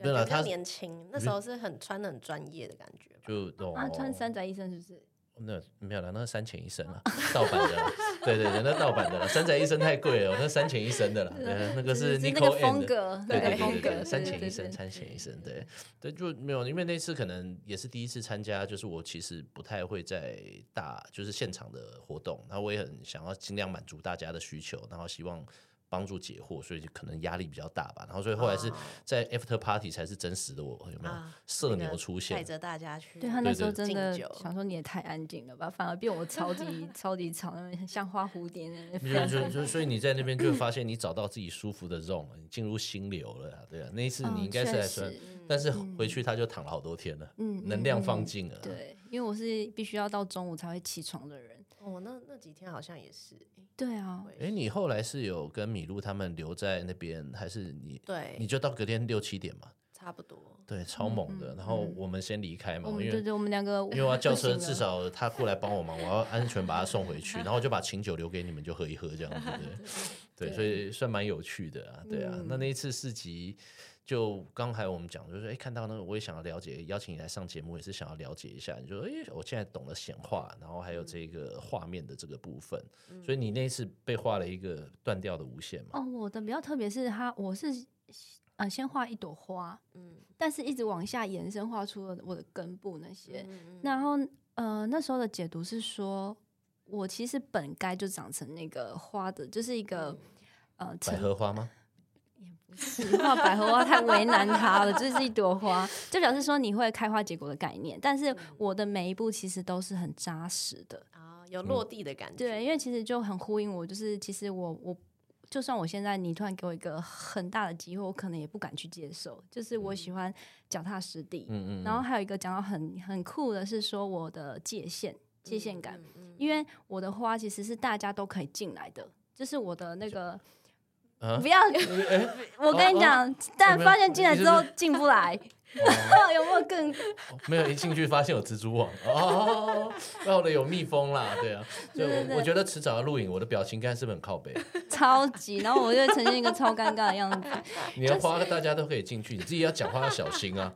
S1: 没有啦
S3: 比较
S1: 他
S3: 年轻，那时候是很穿的很专业的感觉吧。
S1: 就
S2: 啊，
S1: 哦
S2: 穿山宅医生是不是？
S1: 那没有了，那是三浅一生了， (laughs) 盗版的啦，对对对，那盗版的啦，三浅一生太贵了，那三浅一生
S2: (laughs)
S1: 的啦，对，那个
S2: 就是是
S1: Nico
S2: 那个
S1: and
S2: 风
S1: 的
S2: 格，
S1: 对
S2: 那
S1: 对
S2: 个
S1: 对
S2: 风
S1: 对
S2: 格，
S1: 对，三
S2: 对
S1: 浅
S2: 对
S1: 一
S2: 对
S1: 生，三浅一生，对对，就没有，因为那次可能也是第一次参加，就是我其实不太会在大就是现场的活动，那我也很想要尽量满足大家的需求，然后希望。帮助解惑，所以就可能压力比较大吧。然后所以后来是
S3: 哦
S1: 在 after party 才是真实的我，有没有
S3: 啊
S1: 社
S3: 那
S1: 牛
S3: 个
S1: 出
S3: 带
S1: 现？
S3: 着大家去，
S2: 对他那时候
S1: 对
S2: 真的
S3: 敬酒
S2: 想说你也太安静了吧，反而变我
S1: (laughs)
S2: 超级超级吵，那边像花蝴蝶那边
S1: 就就就所以你在那边就会发现你找到自己舒服的 zone 了，你进入心流了啊，对啊，那一次你应该是来说，
S2: 嗯确实
S1: 但是回去他就躺了好多天了，
S2: 嗯
S1: 能量放尽了啊，
S2: 对，因为我是必须要到中午才会起床的人。
S3: 哦，那那几天好像也是，哎
S2: 对啊，
S1: 哎，你后来是有跟米露他们留在那边，还是你你
S3: 对，
S1: 就到隔天六七点嘛？
S3: 差不多。
S1: 对，超猛的。然后我们先离开嘛，
S2: 嗯我们
S1: 因
S2: 对
S1: 为
S2: 对，我们两个
S1: 因为我要叫
S2: (laughs) 不行
S1: 车，
S2: 了
S1: 至少他过来帮我忙，我要安全把他送回去，然后我就把琴酒留给你们，就喝一喝这样子。
S2: (laughs)
S1: 对，对，所以算蛮有趣的啊，对
S2: 嗯
S1: 啊。那那一次市集。就刚才我们讲，就是哎，看到那个我也想要了解，邀请你来上节目也是想要了解一下。你说哎，我现在懂了显化，然后还有
S2: 嗯
S1: 这个画面的这个部分，所以你那一次被画了一个断掉的无限嘛？
S2: 哦，我的比较特别是它，我是呃先画一朵花，
S3: 嗯
S2: 但是一直往下延伸，画出了我的根部那些。
S3: 嗯嗯
S2: 然后呃那时候的解读是说，我其实本该就长成那个花的，就是一个。
S3: 嗯
S2: 呃，
S1: 百
S2: 成
S1: 合花吗？
S2: 你画百合花太为难它了，就是一朵花，就表示说你会开花结果的概念。但
S3: 嗯
S2: 是我的每一步其实都是很扎实的，
S3: 啊，有落地的感觉。
S2: 对，因为其实就很呼应我，就是其实我我就算我现在你突然给我一个很大的机会，我可能也不敢去接受。就是我
S3: 嗯
S2: 喜欢脚踏实地，
S1: 嗯嗯
S2: 然后还有一个讲到很很酷的是说我的界限界限感，
S3: 嗯，嗯
S2: 因为我的花其实是大家都可以进来的，就是我的那个。
S1: 啊
S2: 不
S3: (laughs)
S2: 要，我
S1: 哦
S2: 跟你讲，但发现进来之后进不来， (laughs) 有没有更
S1: 哦没有一进去发现有蜘蛛网 (laughs) 哦，然后呢有蜜蜂啦，对啊，所以
S2: 对对
S1: 我
S2: 对
S1: 我觉得迟早要录影，我的表情应该是不是很靠
S2: (laughs)
S1: 北，
S2: 超级？然后我就呈现一个超尴尬的样子。
S1: 你要花大家都可以进去，你自己要讲话要小心啊，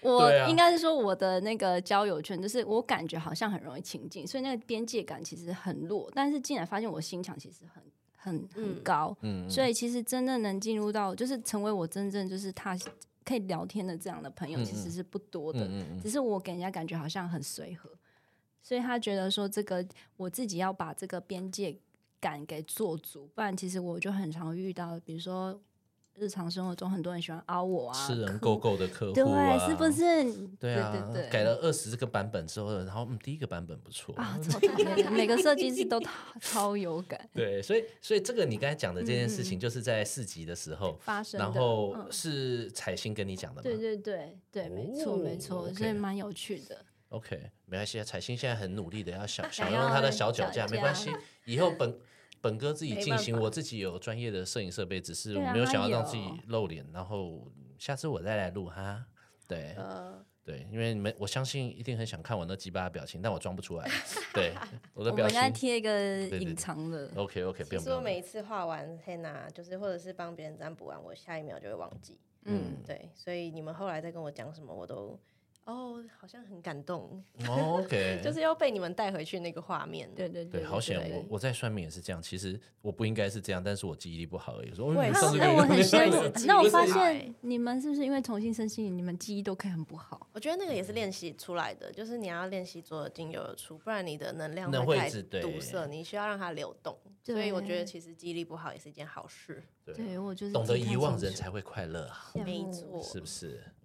S2: 我
S1: 对啊
S2: 应该是说我的那个交友圈，就是我感觉好像很容易亲近，所以那个边界感其实很弱。但是进来发现我心墙其实很很很高，
S1: 嗯，
S2: 所以其实真正能进入到就是成为我真正就是踏可以聊天的这样的朋友，
S1: 嗯嗯
S2: 其实是不多的。
S1: 嗯嗯
S2: 只是我给人家感觉好像很随和，所以他觉得说这个我自己要把这个边界感给做足，不然其实我就很常遇到，比如说日常生活中很多人喜欢凹
S1: 嗯，
S2: 我啊，
S1: 吃人
S2: 坑
S1: 够够的客
S2: 对
S1: 户啊，
S2: 是不？是？
S1: 对啊，
S2: 对对
S1: 改了二十这个版本之后，然后嗯，第一个版本不错
S2: 啊，超讨厌的，每个设计师都超超有感
S1: 嗯对，所以所以这个你刚才讲的这
S2: 嗯
S1: 件事情，就是在四级的时候，
S2: 发生的。
S1: 然后
S2: 嗯
S1: 是彩星跟你讲的嘛？
S2: 对对对对，没错
S1: 哦
S2: 没错，
S1: OK
S2: 所以蛮有趣的。
S1: OK，没关系，啊，彩星现在很努力的要
S3: (laughs)
S1: 想想
S2: 要
S1: 用她的小脚
S2: 脚
S1: 架，
S2: 架
S1: 没关系，以后本本哥自己
S3: 没
S1: 进
S3: 办
S1: 行，
S3: 法
S1: 我自己有专业的摄影设备，只是
S2: 对啊
S1: 我没有想要
S2: 她
S1: 让
S2: 有
S1: 自己露脸，然后下次我再来录
S3: (laughs)
S1: 哈。对
S3: 呃，
S1: 对，因为你们我相信一定很想看我那鸡巴的表情，但我装不
S3: (laughs)
S1: 出来。对，我
S2: 我
S1: 的表
S2: 们现在
S1: 情。
S2: 贴一个
S1: 对对哦
S2: 隐藏的，
S1: OK OK，不
S3: 其
S1: 用不
S3: 实我
S1: 用。
S3: 每一次画完 henna，就是或者是帮别人占卜完，我下一秒就会忘记。
S2: 嗯，
S3: 对，所以你们后来再跟我讲什么，我都哦，好像很感动，
S1: 哦 OK，
S3: (laughs) 就是要被你们带回去那个画面。
S2: 对对
S1: 对，好险！哦
S3: 对
S1: 我我在算命也是这样，其实我不应该是这样，但是我记忆力不好而已。说
S3: 我也
S1: 嗯
S3: 是
S1: 上次
S2: 哎、
S1: 跟你
S2: 我
S1: 聊
S2: 很
S1: 天
S2: 羡
S1: 的时候
S2: 慕
S3: 是。记忆
S2: 那我
S3: 力
S2: 发
S3: 不好
S2: 现
S3: 欸
S2: 你们是不是因为重新生心，你们记忆都可以很不好？
S3: 我觉得那个也是练习出来的，就是你要练习左耳进右耳出，不然你的能量
S1: 那
S3: 会
S1: 会
S3: 太
S1: 一直对
S3: 堵塞，你需要让它流动。
S2: 对
S3: 所以我觉得其实记忆力不好也是一件好事。
S2: 对我就是
S1: 啊懂得
S2: 记太
S1: 遗忘
S2: 清
S1: 人
S2: 楚，
S1: 才会快乐啊，
S2: 羡
S3: 没
S2: 慕
S3: 错，
S1: 是不是？ (laughs)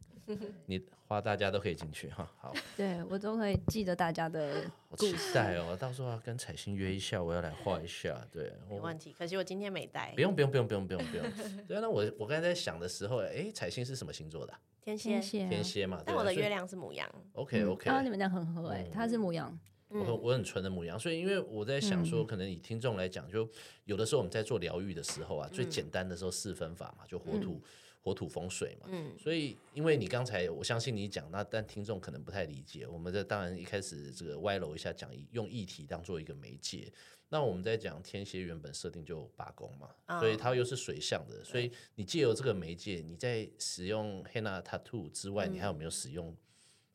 S1: 你花大家都可以进去哈，好，
S2: 对我都会记得大家的
S3: (laughs)
S1: 我
S2: 故
S1: 期
S2: 事。
S1: 待哦，到时候要跟彩星约一下，我要来画一
S3: (laughs)
S1: 下，对，
S3: 没
S1: 我
S3: 问题。可惜我今天没带
S1: 不。用不用不用不用不 (laughs) 用不用，对啊，那我我刚才在想的时候，哎，彩星是什么星座的啊？
S3: 天
S2: 谢
S3: 蝎，
S2: 谢啊。
S1: 天蝎嘛，
S3: 嗯但我的月亮嗯哦是母羊。
S1: OK OK，嗯
S2: 啊，你们俩很合哎、他是母羊，
S1: 我很我很纯的母羊，所以因为我在想
S3: 嗯
S1: 说，可能以听众来讲，就有的时候我们在做疗愈的时候啊，最
S3: 嗯
S1: 简单的时候四分法嘛，就火土、火土风水嘛。
S3: 嗯
S1: 所以因为你刚才我相信你讲，那但听众可能不太理解，我们这当然一开始这个歪楼一下讲，以用议题当做一个媒介。那我们在讲天蝎原本设定就罢工嘛，
S3: 啊
S1: 所以它又是水象的，所以你借由这个媒介，你在使用 henna tattoo 之外，你还
S3: 嗯
S1: 有没有使用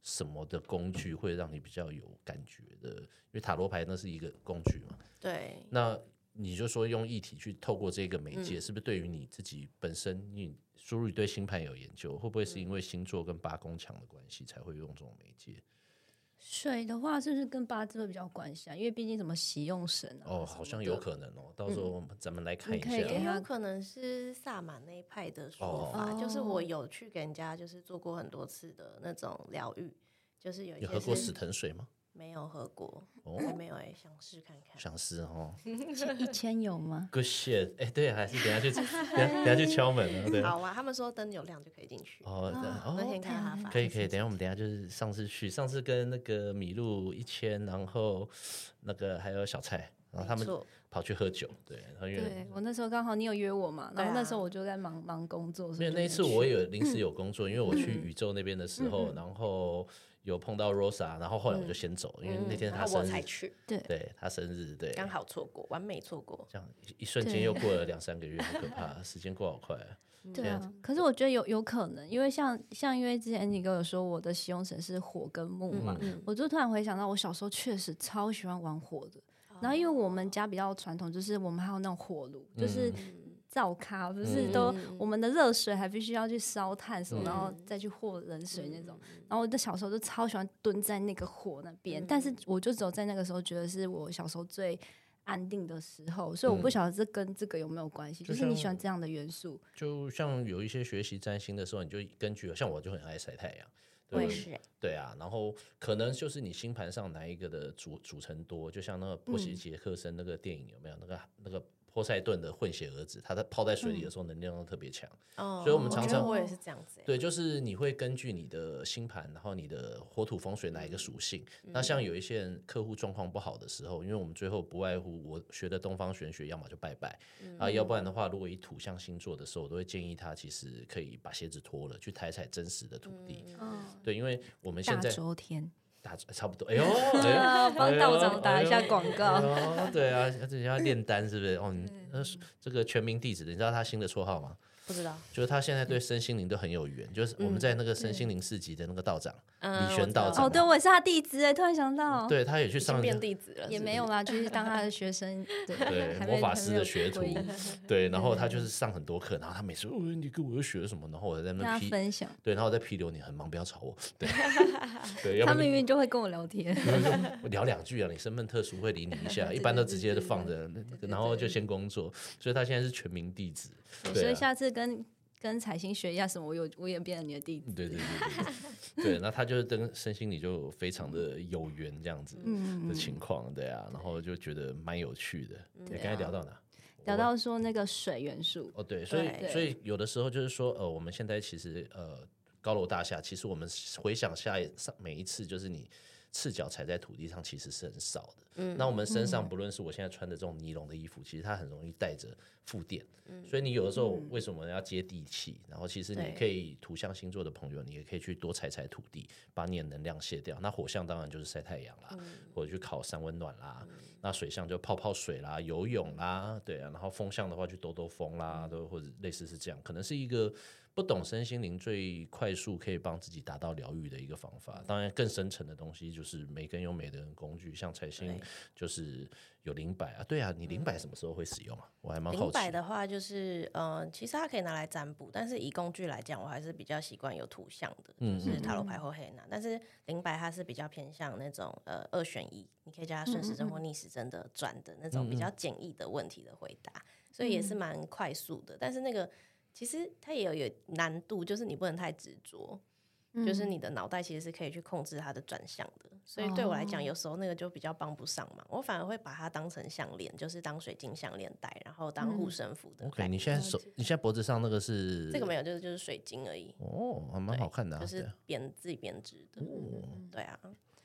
S1: 什么的工具会让你比较有感觉的？因为塔罗牌那是一个工具嘛，
S3: 对，
S1: 那你就说用议题去透过这个媒介，是不是对于你自己本身，你输入你对星盘有研究，会不会是因为星座跟八宫强的关系才会用这种媒介？
S2: 水的话是不是跟八字会比较有关系啊？因为毕竟什么喜用神啊，
S1: 哦，好像有可能哦，到时候我们咱们来看一
S2: 你可以给
S1: 下。啊
S3: 也
S2: 他
S3: 有可能是萨满那一派的说法，
S2: 哦
S3: 就是我有去给人家就是做过很多次的那种疗愈，就是有一
S1: 有
S3: 些
S1: 喝过
S3: 是
S1: 死藤水吗？
S3: 没有喝过，
S1: 哦
S3: 还没有哎、想试看看。
S1: 想是哦
S2: 一千有吗？
S1: ，Good shit！哎，对啊，还是等一下去，等一下等一下去敲门啊，对啊。
S3: 好啊，他们说灯有亮就可以进去。
S1: 哦，
S3: 那
S1: 哦，
S3: 天看哈法
S1: 可以可以，等一下我们等一下就是上次去，上次跟那个米露一千，然后那个还有小蔡，然后他
S3: 没
S1: 们
S3: 错
S1: 跑去喝酒，对，然后因为
S2: 对我那时候刚好你有约我嘛，
S3: 对
S2: 然后那
S3: 啊
S2: 时候我就在忙忙工作，所
S1: 没
S2: 以
S1: 有
S2: 就
S1: 那一
S2: 没
S1: 次
S2: 去
S1: 我有临时有工作，因为我去
S3: 嗯
S1: 宇宙那边的时候，然后有碰到 Rosa，然后后来我就先走，因为那天
S3: 嗯
S1: 他
S3: 然后
S1: 生
S3: 我
S1: 日
S3: 才，去，
S1: 对他生日，对，
S3: 刚好错过，完美错过。
S1: 这样一一瞬间
S2: 对
S1: 又
S3: (laughs)
S1: 过了两三个月，好可怕，时间过好快啊。
S2: 对
S1: 这
S2: 啊，可是我觉得有有可能，因为像像因为之前你跟我说我的使用神是火跟木嘛，
S3: 嗯
S2: 我就突然回想到我小时候确实超喜欢玩火的。然后因为我们家比较传统，就是我们还有那种火炉，就是
S3: 嗯
S2: 灶咖，不是都、我们的热水还必须要去烧炭什么，然后再去和冷水那种。然后我的小时候就超喜欢蹲在那个火那边，但是我就只有在那个时候觉得是我小时候最。安定的时候，所以我不晓得这跟这个有没有关系，
S1: 就
S2: 就是你
S1: 像
S2: 喜欢这样的元素。
S1: 就像有一些学习占星的时候，你就根据像我就很爱晒太阳，对
S3: 我也
S1: 不对
S3: 是，
S1: 对啊，然后可能就是你星
S3: 嗯
S1: 盘上哪一个的组组成多，就像那个波西杰克森那个电影有没有那个那个波塞顿的混血儿子，他在泡在水里
S3: 嗯
S1: 的时候能量都特别强。
S3: 哦
S1: 所以我们常
S3: 觉得
S1: 常
S3: 我也是这样子欸，
S1: 对，就是你会根据你的星盘，然后你的火土风水哪一个属性。
S2: 嗯
S1: 那像有一些人客户状况不好的时候，因为我们最后不外乎我学的东方玄学，要么就拜拜、
S2: 嗯
S1: 啊，要不然的话，如果以土象星座的时候，我都会建议他其实可以把鞋子脱了，去踩踩真实的土地。
S2: 嗯，
S1: 对，因为我们现
S2: 大
S1: 在
S2: 周天，
S1: 打差不多，哎呦，哎呦哎
S2: 啊， (laughs) 帮道长打一下广告。
S1: 哦，对啊，而且要炼丹是不是？哦，
S2: (laughs)
S1: 你那是这个全民弟子，你知道他新的绰号吗？
S3: 不知道，
S1: 就是他现在对身心灵都很有缘，就是我们在那个身心灵市集的那个道长，
S3: 嗯
S1: 李玄道长啊
S2: 哦，嗯对，我也是他弟子哎，突然想到，
S1: 对他也去
S3: 已经
S1: 上
S3: 变弟子了，
S2: 也
S3: 是不
S2: 没
S3: 是
S2: 有啦，就是当他的学生，对
S1: 对
S2: 还没
S1: 魔法师的学徒
S2: 还没有皈依，嗯
S1: 对，然后他就是上很多课，然后他每次哦，你跟我又学了什么，然后我在
S2: 跟
S1: 那
S2: 他
S1: 批，
S2: 分享，
S1: 对，然后我在批流你很忙，不要吵我，
S2: (laughs)
S1: 对，对，要
S2: 他
S1: 不
S2: 明
S1: 然
S2: 明就会跟我聊天，
S1: 就聊两句啊，你身份特殊会理你一
S2: (laughs)
S1: 下，一般都直接就放着，然后就先工作，所以他现在是全民弟子，
S2: 哦所
S1: 对
S2: 以
S1: 啊。
S2: 下次跟跟彩星学一下什么，我有我也变成你的弟子，
S1: 对对对对对，对，那他就是跟身心里就非常的有缘这样子
S2: 嗯
S1: 的情况，对啊，然后就觉得蛮有趣的。对，
S2: 对啊
S1: 刚才聊到哪？
S2: 聊到说那个水元素，
S1: 哦，对，所以
S3: 对
S1: 所以有的时候就是说，呃，我们现在其实呃高楼大厦，其实我们回想下一上每一次，就是你赤脚踩在土地上，其实是很少的。嗯，那我们身上不论是我现在穿的这种尼龙的衣服，其实它很容易带着负电。所以你有的时候为什么要接地气？然后其实你
S3: 对
S1: 可以土象星座的朋友，你也可以去多踩踩土地，把你的能量卸掉。那火象当然就是晒太阳啦，或者去烤山温暖啦。那水象就泡泡水啦、游泳啦，对啊。然后风象的话，去兜兜风啦，都或者类似是这样，可能是一个不懂身心灵最快速可以帮自己达到疗愈的一个方法。当然，更深层的东西就是每个人有每个人工具，像财星
S3: 对嗯
S1: 就是有灵摆啊。对啊，你灵摆什么时候会使用啊？我还蛮好
S3: 灵
S1: 奇
S3: 摆。的话，就是呃，其实它可以拿来占卜，但是以工具来讲，我还是比较习惯有图像的，
S1: 嗯
S3: 就是塔罗牌或黑拿。但是灵摆它是比较偏向那种呃二选一，你可以叫它顺时针或逆时针的转的那种
S1: 嗯
S3: 比较简易的问题的回答，所以也是蛮快速的。但是那个其实它也有有难度，就是你不能太执着。就是你的脑袋其实是可以去控制它的转向的，所以对我来讲，
S2: 哦
S3: 有时候那个就比较帮不上忙。我反而会把它当成项链，就是当水晶项链戴，然后当护身符的戴。
S1: OK，你现在手，你现在脖子上那个是
S3: 这个没有，就是就是水晶而已，
S1: 哦，还蛮好看的、啊，
S3: 就
S1: 对
S3: 是
S1: 啊
S3: 编自己编织的。
S1: 哦
S3: 对啊。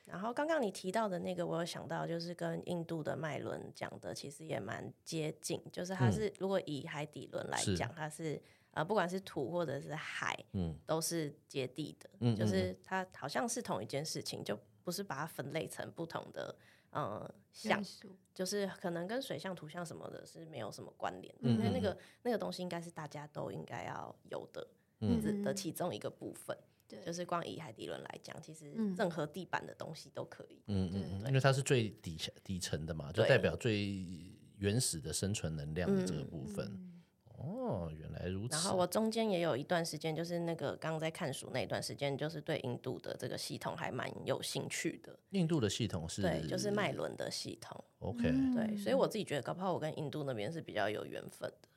S3: 然后刚刚你提到的那个，我有想到，就是跟印度的脉轮讲的，其实也蛮接近。就是它是、如果以海底轮来
S1: 嗯是
S3: 讲，它是呃，不管是土或者是海，
S1: 嗯
S3: 都是接地的，
S1: 嗯
S3: 就是它好像是同一件事情，就不是把它分类成不同的呃象
S2: 元，素
S3: 就是可能跟水象、图像什么的是没有什么关联的，
S1: 嗯
S3: 因为那
S1: 嗯
S3: 个那个东西应该是大家都应该要有的，
S1: 嗯
S3: 这的
S2: 嗯
S3: 其中一个部分。
S2: 对
S3: 就是光以海底轮来讲，其实
S2: 嗯
S3: 任何地板的东西都可以。
S1: 嗯嗯嗯，因为它是最底下底层的嘛，就
S3: 对
S1: 代表最原始的生存能量的这个部分。哦，原来如此。
S3: 嗯然后我中间也有一段时间，就是那个刚刚在看书那一段时间，就是对印度的这个系统还蛮有兴趣的。
S1: 印度的系统是
S3: 对，就
S1: 嗯
S3: 是嗯脉轮的系统。
S1: OK、
S2: 嗯
S3: 对，所以我自己觉得，搞不好我跟印度那边是比较有缘分的。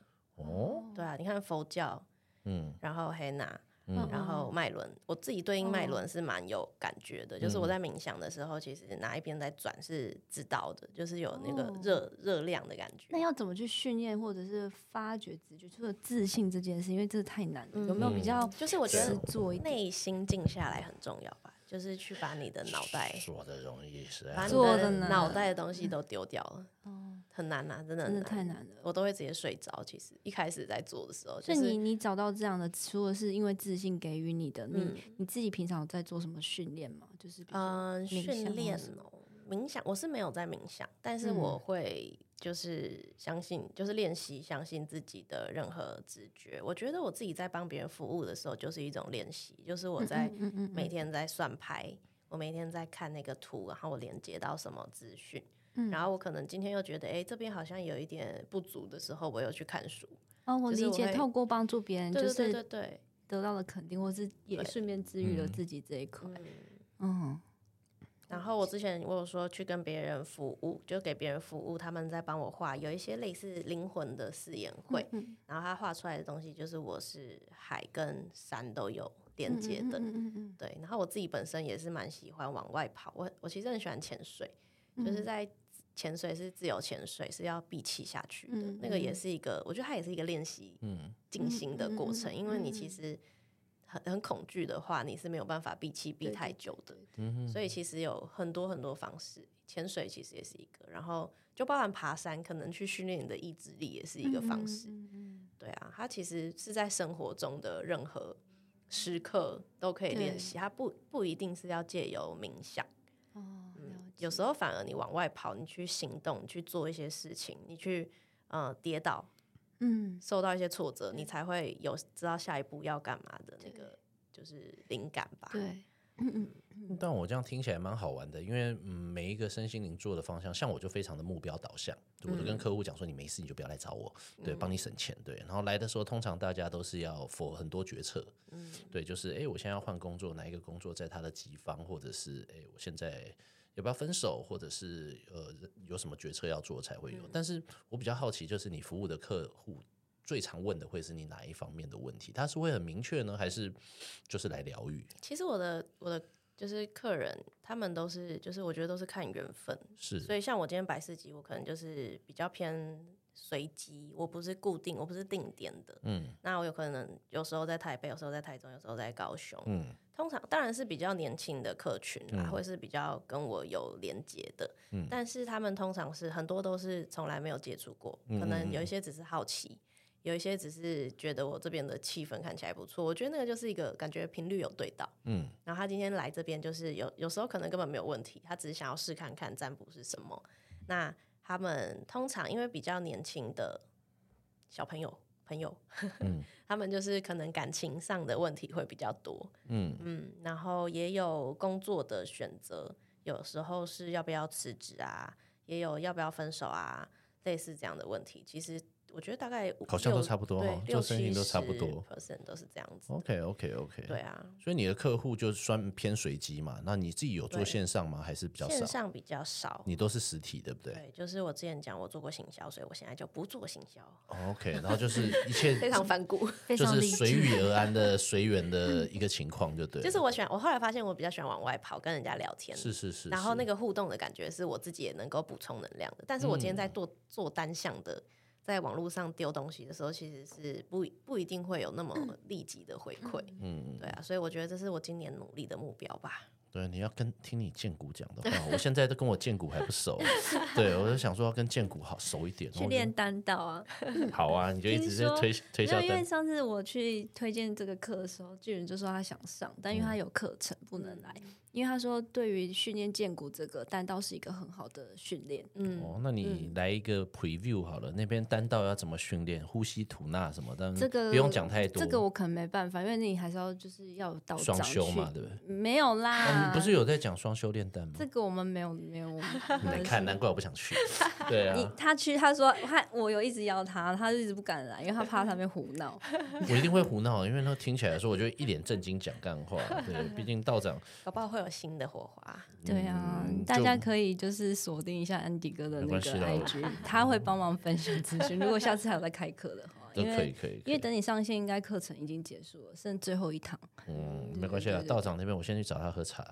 S1: 哦，
S3: 对啊，你看佛教，
S1: 嗯，
S3: 然后黑娜，
S2: 嗯哦
S3: 然后脉轮，我自己对应脉轮是蛮有感觉的。
S2: 嗯
S3: 就是我在冥想的时候，其实哪一边在转是知道的，就是有那个
S2: 哦
S3: 热热量的感觉
S2: 那。要怎么去训练或者是发掘直觉，除了自信这件事，因为这太难了，有没有
S1: 嗯
S2: 比较
S3: 就是我觉
S1: 啊
S2: 实
S3: 得
S2: 做一点？
S3: 内心静下来很重要吧，就是去把你的脑袋。
S1: 说的容易是
S3: 把
S1: 啊，
S3: 你
S2: 做
S3: 的
S2: 得难嗯
S3: 脑袋的东西都丢掉了，
S2: 哦，
S3: 很难呐、真的
S2: 真
S3: 很
S2: 的太
S3: 难。
S2: 难了。
S3: 我都会直接睡着。其实一开始在做的时候，
S2: 所
S3: 就
S2: 以
S3: 是
S2: 你你找到这样的，除了是因为自信给予你的，你、
S3: 嗯
S2: 你自己平常有在做什么训练吗？就是比如说
S3: 嗯，
S2: 冥想
S3: 训
S2: 或
S3: 练
S2: 什
S3: 哦，冥想我是没有在冥想，但是我
S2: 嗯
S3: 会就是相信，就是练习相信自己的任何直觉。我觉得我自己在帮别人服务的时候，就是一种练习，就是我在
S2: 嗯嗯
S3: 每天在算牌，我每天在看那个图，然后我连接到什么资讯。
S2: 嗯
S3: 然后我可能今天又觉得，哎、这边好像有一点不足的时候，我又去看书。
S2: 哦，我
S3: 就是
S2: 理
S3: 我
S2: 解，
S3: 会
S2: 透过帮助别人，
S3: 对
S2: 就
S3: 对对
S2: 是
S3: 对对，
S2: 得到了肯定，或是也
S3: 对
S2: 顺便治愈了
S1: 嗯
S2: 自己这一块。
S3: 嗯。
S2: 嗯，
S3: 然后我之前我有说去跟别人服务，就给别人服务，他们在帮我画，有一些类似灵魂的试验
S2: 嗯
S3: 会，然后他画出来的东西就是我是海跟山都有连接的，
S2: 嗯嗯嗯
S3: 对。
S2: 嗯
S3: 然后我自己本身也是蛮喜欢往外跑，我我其实很喜欢潜水，就是在潜水是自由潜水，是要闭气下去的。
S2: 嗯
S3: 那个也
S2: 嗯
S3: 是一个，我觉得它也是一个练习
S1: 嗯
S3: 静心的过
S2: 嗯
S3: 程，
S2: 嗯嗯
S3: 因为你
S2: 嗯
S3: 其实很很恐惧的话，你是没有办法闭气闭
S2: 对
S3: 太
S2: 对
S3: 久的。
S1: 嗯哼，
S3: 所以其实有很多很多方式，潜水其实也是一个，然后就包含爬山，可能去训练你的意志力也是一个方式。
S2: 嗯嗯嗯
S3: 对啊，它其实是在生活中的任何时刻都可以练习，它不不一定是要借由冥想，
S2: 嗯哦，了解
S3: 有时候反而你往外跑，你去行动，你去做一些事情，你去呃跌倒，
S2: 嗯，
S3: 受到一些挫折，
S2: 对
S3: 你才会有知道下一步要干嘛的那个就是灵感吧。
S2: 对，嗯嗯
S1: 但我这样听起来蛮好玩的，因为嗯，每一个身心灵做的方向，像我就非常的目标导向，我都跟
S3: 嗯
S1: 客户讲说，你没事你就不要来找我，对，帮你省钱，对。然后来的时候，通常大家都是要否很多决策，
S3: 嗯
S1: 对，就是哎，诶我现在要换工作，哪一个工作在它的己方，或者是哎，诶我现在要不要分手，或者是呃，有什么决策要做才会有。
S3: 嗯
S1: 但是我比较好奇，就是你服务的客户最常问的会是你哪一方面的问题？他是会很明确呢，还是就是来疗愈？
S3: 其实我的我的就是客人，他们都是就是我觉得都是看缘分，
S1: 是，
S3: 所以像我今天摆市集，我可能就是比较偏随机，我不是固定，我不是定点的。
S1: 嗯
S3: 那我有可能有时候在台北，有时候在台中，有时候在高雄。
S1: 嗯
S3: 通常当然是比较年轻的客群啦，
S1: 嗯
S3: 或者是比较跟我有连接的。
S1: 嗯
S3: 但是他们通常是很多都是从来没有接触过，
S1: 嗯
S3: 可
S1: 嗯
S3: 能
S1: 嗯
S3: 有一些只是好奇。有一些只是觉得我这边的气氛看起来不错，我觉得那个就是一个感觉频率有对到，
S1: 嗯
S3: 然后他今天来这边，就是有有时候可能根本没有问题，他只是想要试看看占卜是什么。那他们通常因为比较年轻的小朋友朋友， (laughs)
S1: 嗯
S3: 他们就是可能感情上的问题会比较多，
S1: 嗯
S3: 嗯，然后也有工作的选择，有时候是要不要辞职啊，也有要不要分手啊，类似这样的问题。其实我觉得大概五
S1: 好像都
S3: 六
S1: 差不多
S3: 对
S1: 哈，
S3: 六
S1: 做生意
S3: 七
S1: 都差不多。
S3: percent 都是这样子的。
S1: OK OK OK，
S3: 对啊，
S1: 所以你的客户就算偏随机嘛？那你自己有做
S3: 对
S1: 线上吗？还是比较
S3: 线
S1: 少？
S3: 上比较少，
S1: 你都是实体，对不对
S3: 对，就是我之前讲我做过行销，所以我现在就不做行销，
S1: 哦？OK，然后就是一切
S3: 非常反骨。
S2: 非
S1: 就
S2: 常
S1: 是
S2: 理
S1: 随
S2: 解。
S1: 遇而安的、随缘的一个情况，就对了。
S3: (laughs) 就是我喜欢，我后来发现我比较喜欢往外跑，跟人家聊天。
S1: 是是是，
S3: 然后那
S1: 个
S3: 个互动的感觉是我自己也能够补充能量的，但是我今天
S1: 嗯
S3: 在做、做单向的，在网络上丢东西的时候，其实是不不一定会有
S1: (clears throat)
S3: 那么立即的回馈，
S1: 嗯，
S3: 对啊，所以我觉得这是我今年努力的目标吧。
S1: 对，你要跟听你建谷讲的话，我现在都跟我建谷还不
S2: (laughs)
S1: 熟，对我就想说要跟建谷好熟一点，然
S2: 去
S1: 后
S2: 练单导啊！
S1: 我就好啊，你就一直在
S2: 听说
S1: 推推
S2: 没有，
S1: 销
S2: 因为
S1: 单，
S2: 上次我去推荐这个课的时候，巨人就说他想上，但
S1: 嗯
S2: 因为他有课程不能来，因为他说对于训练剑骨这个单刀是一个很好的训练。嗯
S1: 哦，那你来一个 preview 好了，那边单道要怎么训练，呼吸吐纳什么，但
S2: 这个
S1: 不用讲太多，
S2: 这个我可能没办法，因为你还是要就是要有道
S1: 双
S2: 长去
S1: 修嘛，对不对？
S2: 没有啦，
S1: 啊你不是有在讲双修炼丹吗
S2: 这？个我们没有没有。
S1: (laughs) 你看，难怪我不想
S2: (laughs)
S1: 去。对
S2: 你
S1: 啊，
S2: 他去，他说他我有一直邀他，他就一直不敢来，因为他怕他被胡闹。
S1: 我一定会胡闹，因为那听起来的时候，我就一脸正经讲干话。对，毕竟道长
S3: 搞不好会有新的火花，
S2: 对啊，大家可以就是锁定一下安迪哥的
S1: 嗯没
S2: 那
S1: 关
S2: 个
S1: 系啦我
S2: (laughs) IG，他会帮忙分享资讯。如果下次还有在开课的话，
S1: (laughs) 都
S2: 因
S1: 可以，
S2: 为
S1: 可以，可
S2: 因为
S1: 以
S2: 等你上线，应该课程已经结束了，剩最后一堂。
S1: 嗯，没关系
S2: 对
S1: 啊。
S2: 对
S1: 道长那边我先去找他喝茶，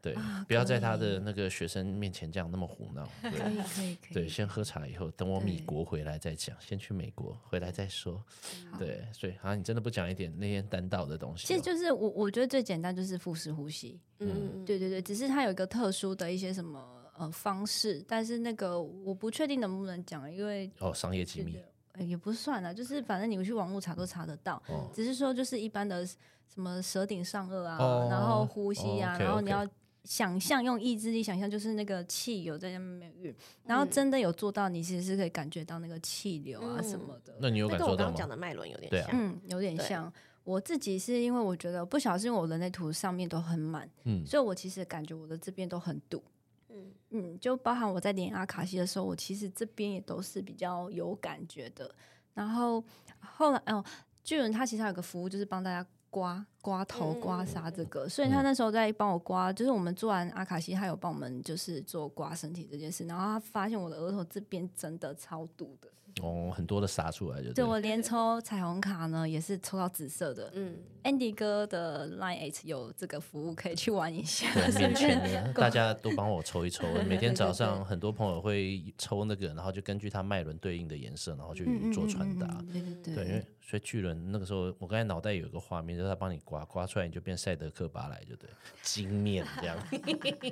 S1: 对
S2: 啊，
S1: 不要在他的那个学生面前这样那么胡闹。
S2: 可
S1: 对
S2: 以，可以，可
S1: 对，
S2: 以。
S1: 先喝茶，以后等我米
S2: 对
S1: 国回来再讲，先去美国回来再说。对，所以啊，你真的不讲一点那些单道的东西哦？
S2: 其实就是我，我觉得最简单就是腹式呼吸。
S3: 嗯，
S2: 对对对，只是它有一个特殊的一些什么呃方式，但是那个我不确定能不能讲，因为
S1: 哦，商业机密
S2: 呃也不算啦，就是反正你去网络查都查得到。
S1: 哦。
S2: 只是说就是一般的什么舌顶上颚啊，
S1: 哦
S2: 然后呼吸啊，
S1: 哦，OK，
S2: 然后你
S1: OK
S2: 要想象用意志力想象，就是那个气有在那边运，然后真的有做到，你其实是可以感觉到那个气流啊
S3: 嗯
S2: 什么的。
S1: 那你有
S3: 这
S1: 感
S3: 跟我
S1: 受
S3: 刚
S1: 到
S3: 刚讲
S1: 吗？
S3: 的脉轮有点
S1: 对啊
S3: 像，
S2: 嗯，有点
S3: 对
S2: 像。我自己是因为我觉得不小心我人类图上面都很满，
S1: 嗯
S2: 所以我其实感觉我的这边都很堵。
S3: 嗯
S2: 嗯，就包含我在连阿卡西的时候，我其实这边也都是比较有感觉的。然后后来哦，巨人他其实还有个服务就是帮大家刮刮头、
S3: 嗯
S2: 刮痧这个，所以他
S1: 嗯
S2: 那时候在帮我刮，就是我们做完阿卡西，他有帮我们就是做刮身体这件事，然后他发现我的额头这边真的超堵的，
S1: 哦，很多的杀出来就
S2: 对
S1: 了
S2: 我连抽彩虹卡呢也是抽到紫色的。
S3: 嗯，
S2: Andy 哥的 Line H 有这个服务，可以去玩一下。
S1: 对，免
S2: 顺
S1: 权
S2: 便 (laughs)
S1: 的，大家都帮我抽一抽。每天早上很多朋友会抽那个，然后就根据它脉轮对应的颜色，然后
S2: 嗯
S1: 去做穿搭。
S2: 嗯嗯嗯对
S1: 对，因
S2: 对
S1: 为所以巨人那个时候，我刚才脑袋有一个画面，就是他帮你刮刮出来，你就变赛德克巴莱，就对，金面这
S2: (laughs)
S1: 样，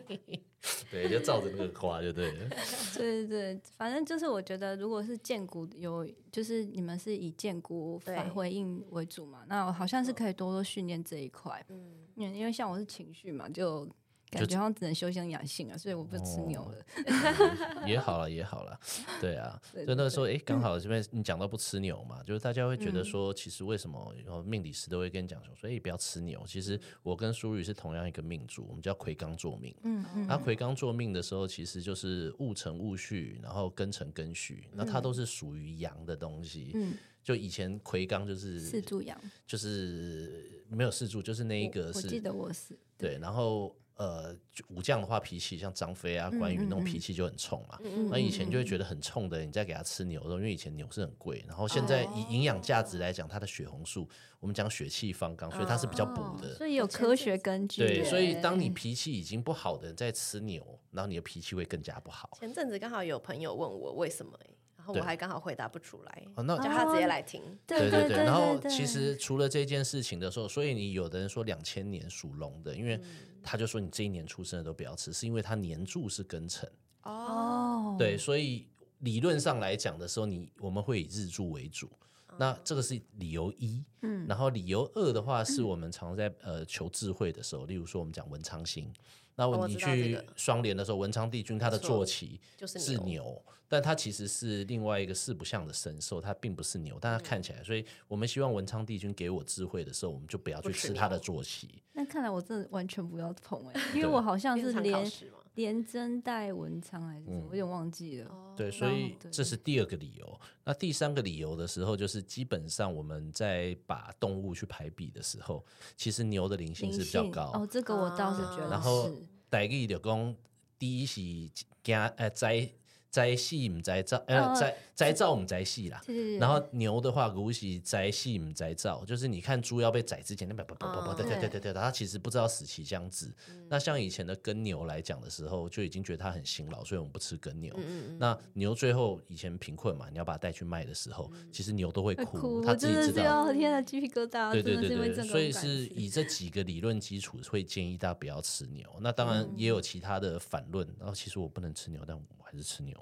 S1: (laughs) 对，就照着那个刮，就
S2: (laughs)
S1: 对了。
S2: 对对对，反正就是我觉得，如果是建股有，就是你们是以建股
S3: 对
S2: 反回应为主嘛，那我好像
S1: 嗯
S2: 是可以多多训练这一块。嗯，因为像我是情绪嘛，就感觉好像只能修身养性啊，所以我不吃牛
S1: 哦
S2: 了。
S1: 也好了，也好了，对啊。所
S2: 对嗯
S1: 以那个时候，哎，刚好这边你讲到不吃牛嘛，就是大家会觉得说，其实为什么然后命理师都会跟你讲说，所以不要吃牛。其实我跟苏宇是同样一个命主，我们叫魁罡坐命。
S2: 嗯嗯
S1: 他魁罡坐命的时候，其实就是戊辰戊戌，然后庚辰庚戌，那它都是属于阳的东西。
S2: 嗯，
S1: 就以前魁罡就
S2: 四
S1: 是
S2: 柱羊，
S1: 就是没有四柱，就是那一个
S2: 我我记
S1: 是
S2: 得我是
S1: 对，然后呃就武将的话，脾气像张飞
S2: 嗯
S1: 啊、关羽那种脾气就很冲嘛。那以前就会觉得很冲的，你再给他吃牛肉，因为以前牛是很贵，然后现在
S2: 哦
S1: 以营养价值来讲，它的血红素，我们讲血气方刚，所以它是比较补的。
S2: 哦
S1: 哦
S2: 所以有科学根据。
S1: 对，所以
S3: 对
S1: 当你脾气已经不好的人在吃牛，然后你的脾气会更加不好。
S3: 前阵子刚好有朋友问我为什么、欸，然后
S1: 对
S3: 我还刚好回答不出来，
S1: 哦，那
S3: 叫他直接来听。
S2: 对
S1: 对
S2: 对，
S1: 然后
S2: 对
S1: 其实除了这件事情的时候，所以你有的人说两千年属龙的，因
S3: 嗯
S1: 为他就说你这一年出生的都不要吃，是因为他年柱是庚辰，
S3: 哦，
S2: 哦，
S1: 对，所以理论上来讲的时候，你我们会以日柱为主。
S3: 哦
S1: 那这个是理由一，嗯，然后理由二的话，
S3: 嗯
S1: 是我们常在呃求智慧的时候，例如说我们讲文昌星，那
S3: 哦我
S1: 你
S3: 知道这
S1: 去
S3: 个
S1: 双联的时候，文昌帝君他的
S3: 没错
S1: 坐骑
S3: 就是
S1: 是
S3: 牛
S1: 牛，但它其实是另外一个四不像的神兽，它并不是牛，但它看起来，所以我们希望文昌帝君给我智慧的时候，我们就不要去
S3: 不吃
S1: 吃它
S3: 牛
S1: 的坐骑。
S2: 那看来我真的完全不要碰
S1: (laughs)
S2: 哎，因为
S1: 对
S2: 我好像
S3: 变
S2: 是
S3: 成考
S2: 连
S3: 试嘛，
S2: 连针带文昌还是
S1: 嗯
S2: 什么，我有点忘
S1: 哦
S2: 记了。
S3: 哦
S1: 对，所
S2: 然
S1: 以
S2: 后对
S1: 这是第二个理由。那第三个理由的时候，就是基本上我们在把动物去排比的时候，其实牛的灵性
S2: 灵
S1: 是比较高，
S2: 哦，这个我倒是觉
S3: 啊
S2: 得
S1: 然后
S2: 是
S1: 台语就讲第一是惊呃灾灾戏唔灾造，呃
S2: 哦
S1: 灾灾造唔灾戏啦。
S2: 对对对，
S1: 然后牛的话，如是宰戏唔宰造，就是你看猪要被宰之前，那叭叭叭叭叭，
S3: 哦
S1: 对对对
S2: 对嗯
S1: 对对，它其实不知道死期将至。那像以前的耕牛来讲的时候，就已经觉得它很辛劳，所以我们不吃耕
S3: 嗯
S1: 牛。
S2: 嗯
S1: 那牛最后以前贫困嘛，你要把它带去卖的时候，其实牛都会
S2: 嗯会哭，
S1: 哭，它
S2: 我
S1: 自
S2: 真的
S1: 己知
S2: 是
S1: 道。
S2: 要天啊，鸡皮疙瘩，
S1: 对对
S2: 真
S1: 对
S2: 的是因为
S1: 对对，
S2: 这种
S1: 所以
S2: 感
S1: 是
S2: 觉
S1: 以这几个理论基础会建议大家不要吃牛。那当
S2: 嗯
S1: 然也有其他的反论，然后其实我不能吃牛，但我还是吃牛。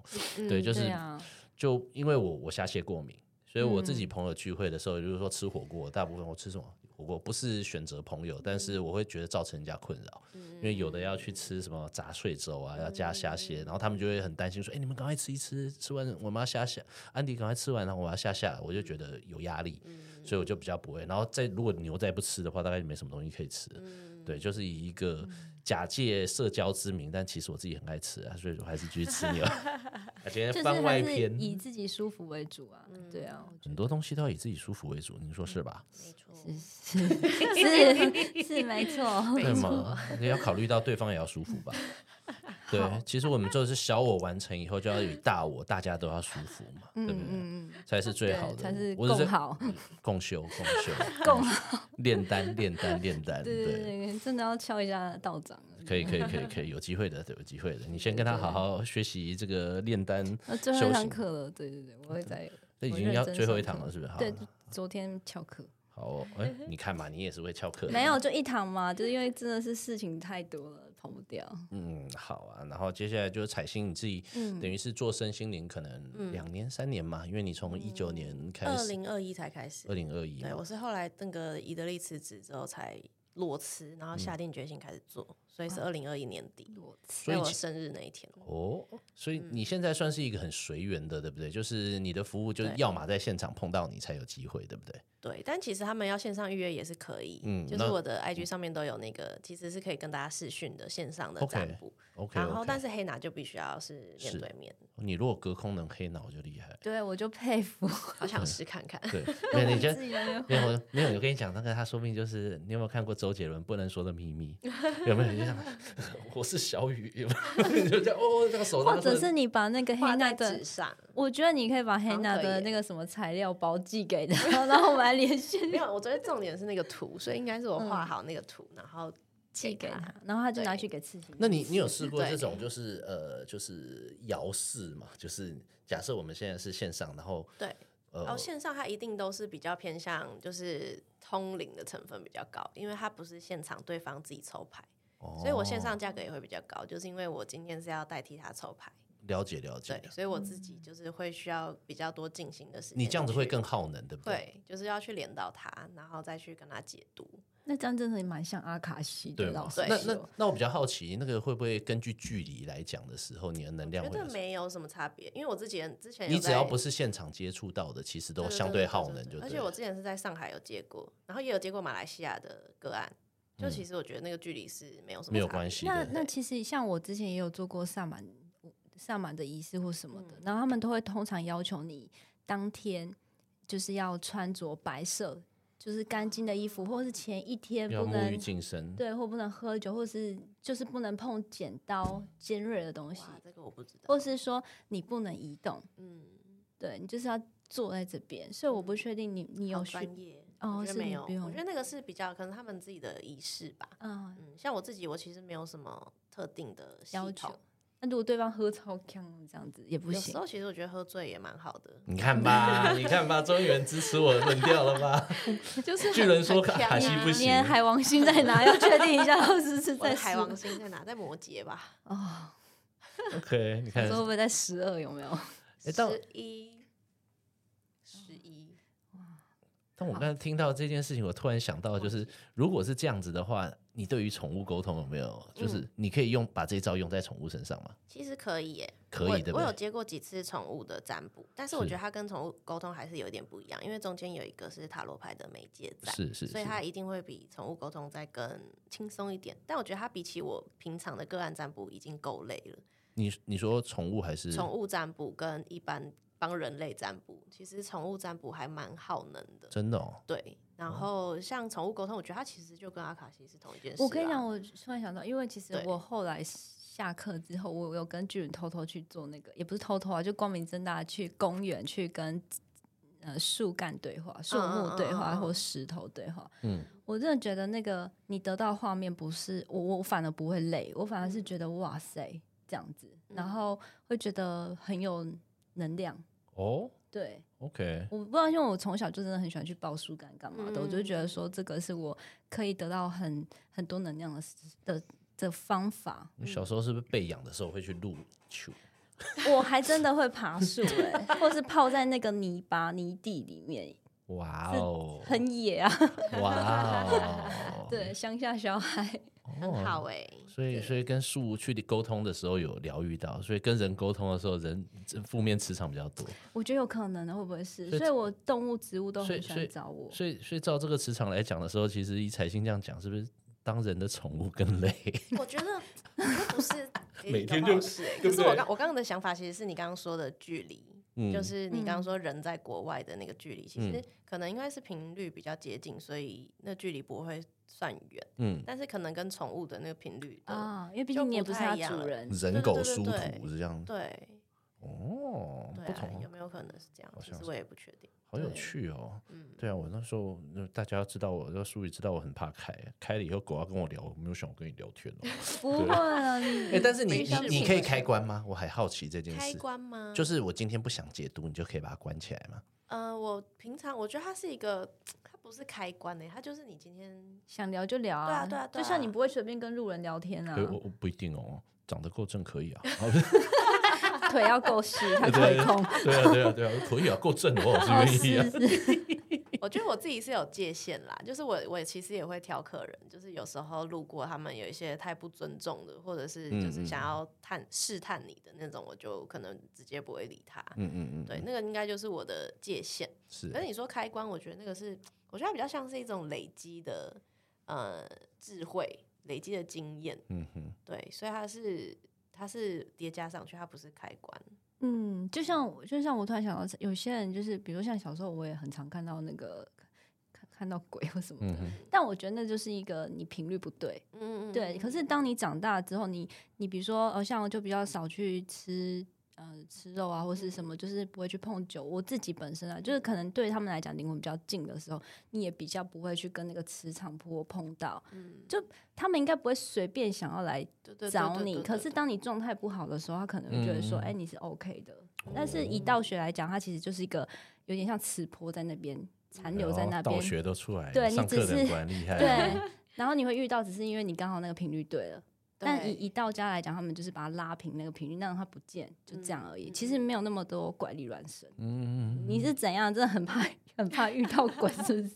S1: 对，就是
S2: 对啊，
S1: 就因为我我虾蟹过敏，所以我自己
S2: 嗯
S1: 朋友聚会的时候，就是说吃火锅，大部分我吃什么火锅不是选择朋友，但
S2: 嗯
S1: 是我会觉得造成人家困扰，因为有的要去吃什么杂碎粥啊，要加虾
S2: 嗯
S1: 蟹，然后他们就会很担心说，哎、你们赶快吃一吃，吃完我们要下下，安迪赶快吃完，然后我要下下，我就觉得有压力，
S2: 嗯
S1: 所以我就比较不会。然后再如果牛再不吃的话，大概就没什么东西可以吃。
S2: 嗯
S1: 对，就是以一个假借社交之名，但其实我自己很爱吃啊，所以我还是继续吃
S2: (laughs)
S1: 牛。啊今天
S2: 就是
S1: 番外
S2: 还是
S1: 篇，嗯
S2: 以自己舒服为主啊，对啊，
S1: (laughs)
S2: 我觉
S1: 很多东西都要以自己舒服为主，您说是吧？
S2: 嗯
S3: 没错，
S2: 得是是没
S1: (laughs)
S2: 错，
S1: 对吗？也要考虑到对方也要舒服
S2: (laughs)
S1: 吧。对，其实我们就是小我完成以后，就要以大我，大家都要舒服嘛，对不对？
S2: 嗯嗯嗯，
S1: 才是最好的，
S2: 对才是
S1: 我
S2: 更
S1: 在 (laughs)
S2: 好，
S1: 共修，共
S2: (laughs)
S1: 修，
S2: 共
S1: 好，炼丹，炼丹，炼丹，
S2: 对对对，真的要敲一下道长了。
S1: 可以，可以，可以，可以，有机会的，对，有机会的。你先跟他好好学习这个炼丹，
S2: 那最后一
S1: 修
S2: 堂
S1: 行
S2: 课了，对对对，我会在
S1: 这已
S2: 我
S1: 经
S2: 认
S1: 要
S2: 真
S1: 最后
S2: 上
S1: 一堂
S2: 课
S1: 了，是不是？好
S2: 对昨天翘课，
S1: 好哦，哎，你看嘛，你也是会翘课的，
S2: 没有就一堂嘛，就是因为真的是事情太多了，跑不掉。
S1: 嗯，好啊。然后接下来就是彩星，你自己
S3: 嗯
S1: 等于是做身心灵，可能两年、三年嘛，因为你从一九年开
S3: 嗯二
S1: 始，
S3: 零二一才开始
S1: 二，零二一，
S3: 对我是后来那个伊德利辞职之后才裸辞，然后下定决心开始做，所以是二零二一年底，
S2: 裸
S1: 嗯
S2: 辞。
S1: 所
S3: 在
S1: 以
S3: 我
S1: 其
S3: 生日那一天。
S1: 哦，所
S3: 嗯
S1: 以你现在算是一个很随缘的，对不对？就是你的服务，就是
S3: 对
S1: 要么在现场碰到你才有机会，对不对？
S3: 对，但其实他们要线上预约也是可以，
S1: 嗯
S3: 就是
S1: 那
S3: 我的 IG 上面都有那个，其实是可以跟大家视讯的线上的
S1: OK，
S3: 占卜
S1: OK，,
S3: 然后
S1: o
S3: 但
S1: k
S3: 是黑拿就必须要是面
S1: 是
S3: 对面，
S1: 你如果隔空能黑脑就厉害
S2: 对我就佩服
S3: 好想试看看。 (laughs)
S1: 对，没有你就
S2: 自己的那
S1: 没有没有，我跟你讲，那个他说不定就是你有没有看过周杰伦《不能说的秘密》？有没有？你就想 (laughs) 我是小雨，有没有？ (laughs) 你就这样哦，那个手，
S2: 或者是你把那个黑
S3: 画
S2: 娜
S3: 在
S2: 的
S3: 纸，上，
S2: 我觉得你可以把黑娜
S3: 好像可
S2: 的
S3: 以
S2: 那个什么材料包寄给他，然后我们来连线
S3: 没有，我觉得重点是那个图，所以应该是我画好那个图，然后
S2: 寄给
S3: 他。
S2: 他，然后他就拿
S3: 对
S2: 去给刺青。
S1: 那你你有试过
S3: 对
S1: 这种就是呃就是摇式嘛？就是假设我们现在是线上，然后
S3: 对，
S1: 呃、
S3: 然后哦线上它一定都是比较偏向就是通灵的成分比较高，因为它不是现场对方自己抽牌，所以我线
S1: 哦
S3: 上价格也会比较高，就是因为我今天是要代替他抽牌，
S1: 了解了解
S3: 对，，所以我自己就是会需要比较多静心的时间。
S1: 你这样子会更耗能，对不对？
S3: 会，就是要去连到他，然后再去跟他解读。
S2: 那这样真的蛮像阿卡西的
S1: 对
S2: 老
S1: 吗
S2: 师
S3: 对
S1: 那
S2: 哦。
S1: 那那我比较好奇，那个会不会根据距离来讲的时候，你的能量
S3: 觉
S1: 会
S3: 得
S1: 有什么？
S3: 没有什么差别，因为我之前之前有
S1: 你只要
S3: 在
S1: 不是现场接触到的，其实都
S3: 对
S1: 相
S3: 对
S1: 耗能就
S3: 而
S1: 对
S3: 且我
S1: 了。
S3: 之前是在上海有接过，然后也有接过马来西亚的个案，就
S1: 嗯
S3: 其实我觉得那个距离是没有什么
S1: 没有
S3: 差
S1: 关
S3: 别
S1: 系
S2: 那
S1: 的。
S2: 那其实像我之前也有做过萨满萨满的仪式或什么的，然后他们都会通常要求你当天就是要穿着白色，就是干净的衣服，或是前一天
S1: 要
S2: 不
S1: 沐浴
S2: 能
S1: 净身，，
S2: 对，或不能喝酒，或是就是不能碰剪刀尖锐的东西，
S3: 哇，啊这个我不知道。
S2: 或是说你不能移动，
S3: 嗯，
S2: 对你就是要坐在这边。所以我不确定你你
S3: 好
S2: 有去
S3: 专业
S2: 哦
S3: 我觉
S2: 是
S3: 得没
S2: 你
S3: 有，
S2: 不用
S3: 我觉得那个是比较可能他们自己的仪式吧。
S2: 嗯
S3: 嗯，像我自己，我其实没有什么特定的系
S2: 要
S3: 统
S2: 求。。那如果对方喝超强这样子也不
S3: 有
S2: 行
S3: 时，候其实我觉得喝醉也蛮好的
S1: 你看
S3: (laughs)
S1: 吧，你看吧，终于有人支持我的论调了吧？ (laughs)
S3: 就是
S1: 巨
S3: 很
S1: 人说
S3: 很
S1: 卡卡
S3: 强
S1: 西
S3: 啊
S1: 不行
S2: 连海王星在哪？要 (laughs) 确定一下，到底是
S3: 我
S2: 在
S3: 的海
S2: 十
S3: 王星在哪？在摩羯吧，
S2: 哦，
S1: OK，你看
S2: 说，会不会在十二？有没有？
S1: 哎，但
S3: 十一，十一，
S1: 但我刚才听到这件事情，我突然想到，就是如果是这样子的话，你对于宠物沟通有没有，
S3: 嗯
S1: 就是你可以用把这一招用在宠物身上吗？
S3: 其实可以耶，
S1: 可以
S3: 我
S1: 对不
S3: 我有
S1: 对？
S3: 接过几次宠物的占卜，但是我
S1: 是
S3: 觉得它跟宠物沟通还是有一点不一样，因为中间有一个是塔罗牌的媒介在，
S1: 是是
S3: 所以
S1: 是
S3: 它一定会比宠物沟通再更轻松一点。但我觉得它比起我平常的个案占卜已经够累了，
S1: 你你说宠物还是
S3: 宠物占卜跟一般帮人类占卜，其实宠物占卜还蛮耗能的，
S1: 真的哦？
S3: 对。然后像宠物沟通，我觉得它其实就跟阿卡西是同一件事、啊。
S2: 我跟你讲，，我突然想到，因为其实
S3: 对
S2: 我后来下课之后，我有跟巨人偷偷去做那个，也不是偷偷啊，就光明正大去公园去跟呃树干对话、树木对话
S3: 嗯嗯嗯嗯
S2: 或石头对话。
S1: 嗯，
S2: 我真的觉得那个你得到画面不是我，我反而不会累，我反而
S3: 嗯
S2: 是觉得哇塞这样子，然后会觉得很有能量。
S1: 哦
S2: 对，
S1: ，OK，
S2: 我不知道，因为我从小就真的很喜欢去抱树干干嘛的，我就
S3: 嗯
S2: 觉得说这个是我可以得到很很多能量的的的方法。
S3: 嗯
S1: 你小时候是不是被养的时候会去撸球？
S2: 我还真的会爬树哎、或是泡在那个泥巴泥地里面，
S1: 哇哦，
S2: 很野啊。，
S1: 哇哦
S3: (laughs)
S2: 对，乡下小孩，
S3: 很好哎、
S1: (laughs) 所以，所以跟树去沟通的时候有疗愈到，所以跟人沟通的时候，人这负面磁场比较多。
S2: 我觉得有可能的，会不会是？
S1: 所以
S2: 所以我动物、植物都
S1: 所以
S2: 很喜
S1: 所以
S2: 欢找我。
S1: 所以，所以照这个磁场来讲的时候，其实以彩星这样讲，是不是当人的宠物更
S3: (laughs)
S1: 累？
S3: 我觉得我觉得不是
S1: 每天就
S3: 就是、
S1: 对
S3: 可
S1: 不
S3: 是我
S1: 对
S3: 刚我刚刚的想法其实是你刚刚说的距离，
S1: 嗯
S3: 就是你刚刚说人在国外的那个距离，其
S1: 嗯
S3: 实可能因为是频率比较接近，所以那距离不会算远，
S1: 嗯，
S3: 但是可能跟宠物的那个频率的、
S1: 哦
S2: 啊，因为毕
S3: 就
S2: 竟你也
S3: 不
S2: 不是
S3: 太
S2: 它
S3: 一样
S2: 主
S3: 了
S2: 人，
S1: 人
S3: 对
S1: 狗
S3: 对对
S1: 殊
S3: 对
S1: 途是这样。
S3: 对
S1: 哦，
S3: 对
S1: 不
S3: 啊，
S1: 同
S3: 有，没有可能是这样？其
S1: 像
S3: 实我也不确定。
S1: 好有
S2: 对
S1: 趣哦。
S3: 嗯
S1: 对啊，我那时候那大家要知道我，那淑宇知道我很怕开，开了以后狗要跟我聊，我没有想跟你聊天
S3: (laughs)
S1: 哦。
S2: 不会啊，
S1: (laughs)
S2: 你
S1: 哎、但是你
S3: 非常
S1: 你你
S3: 不
S1: 可以
S3: 会
S1: 开关吗？我还好奇这件
S3: 开
S1: 事。
S3: 关吗？
S1: 就是我今天不想解读，你就可以把它关起来吗？
S3: 呃，我平常我觉得它是一个，它不是开关呢、它就是你今天
S2: 想聊就聊
S3: 对啊对啊对
S2: 就像
S3: 啊
S2: 你不会随便跟路人聊天啊
S1: 可，以我我不一定哦，长得够正可
S3: (laughs)
S1: 以啊。
S2: 腿
S1: (laughs)
S2: 要够细，他
S1: 对
S2: 腿控。
S3: 哦
S1: (laughs) 对啊，对啊，对啊，可以啊，够正的话，我是愿意啊。
S2: 哦是是，
S3: 我觉得我自己是有界限啦，就是我我其实也会挑客人，就是有时候路过他们有一些太不尊重的，或者是就
S1: 嗯嗯
S3: 是想要探试探你的那种，我就可能直接不会理他。
S1: 嗯嗯嗯，
S3: 对，那个应该就是我的界限。
S1: 是
S3: 可是你说开关，我觉得那个是，我觉得它比较像是一种累积的呃智慧，累积的经验。
S1: 嗯哼，
S3: 对，所以它是它是叠加上去，它不是开关。
S2: 嗯，就像我就像我突然想到，有些人就是，比如像小时候，我也很常看到那个看看到鬼或什么
S1: 嗯
S2: 的，
S1: 哼，
S2: 但我觉得那就是一个你频率不对，
S3: 嗯，
S2: 对。可是当你长大之后，你你比如说，呃，像我就比较少去吃。呃，吃肉啊，或是什么，就是不会去碰酒。我自己本身啊，就是可能对他们来讲，灵魂比较近的时候，你也比较不会去跟那个磁场波碰到。
S3: 嗯
S2: 就他们应该不会随便想要来
S3: 对对对
S2: 找
S3: 对
S2: 你。
S3: 对
S2: 可
S3: 对
S2: 是
S3: 对
S2: 当你状态不好的时候，他可能会觉得说：“
S1: 嗯
S2: 哎、你是 OK 的。”但是
S3: 哦
S2: 以道学来讲，它其实就是一个有点像磁波在那边
S3: 嗯
S2: 残留在
S1: 然
S2: 那
S1: 后哦道
S2: 边。
S1: 学都出来了，
S2: 对你
S1: 上
S2: 只
S1: 课的人
S2: 是
S1: 果然厉害啊，
S2: 对，然后你会遇到，只是因为你刚好那个频率对了。但以
S3: 对
S2: 以道家来讲，他们就是把它拉平那个频率，让它不见，就这样而已。
S3: 嗯
S2: 其实没有那么多怪力乱神。
S1: 嗯，
S2: (laughs) 你是怎样？真的很怕，很怕遇到鬼，是不 (laughs) 是？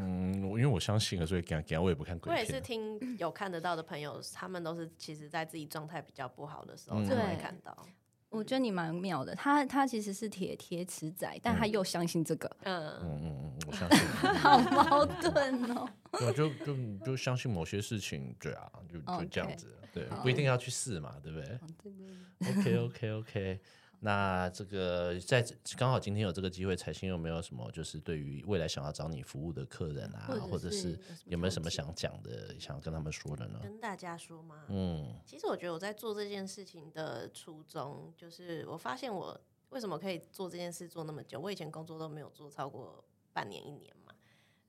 S1: 嗯，我因为我相信了，所以给他给他我也不看鬼
S3: 我也是
S1: 片。
S3: 听有看得到的朋友，他们都是其实在自己状态比较不好的时候
S1: 嗯
S3: 才会
S2: 对
S3: 看到。
S2: 我觉得你蛮妙的。他他其实是铁铁磁仔，但他又相信这
S3: (laughs)
S2: 个，
S3: 嗯，
S1: 嗯嗯嗯，我相信，
S2: (laughs) 好矛盾哦。
S1: 我就就你就相信某些事情，对啊，就就这样
S2: 哦 OK 哦
S1: 子，对，不一定要去试嘛，对不对？
S2: 对对对
S1: OK OK OK，那这个在刚好今天有这个机会，彩星有没有什么就是对于未来想要找你服务的客人啊，或
S2: 或者是
S1: 是有没有什么想讲的，想要跟他们说的呢？
S3: 跟大家说嘛，
S1: 嗯
S3: 其实我觉得我在做这件事情的初衷，就是我发现我为什么可以做这件事做那么久，我以前工作都没有做超过半年一年嘛。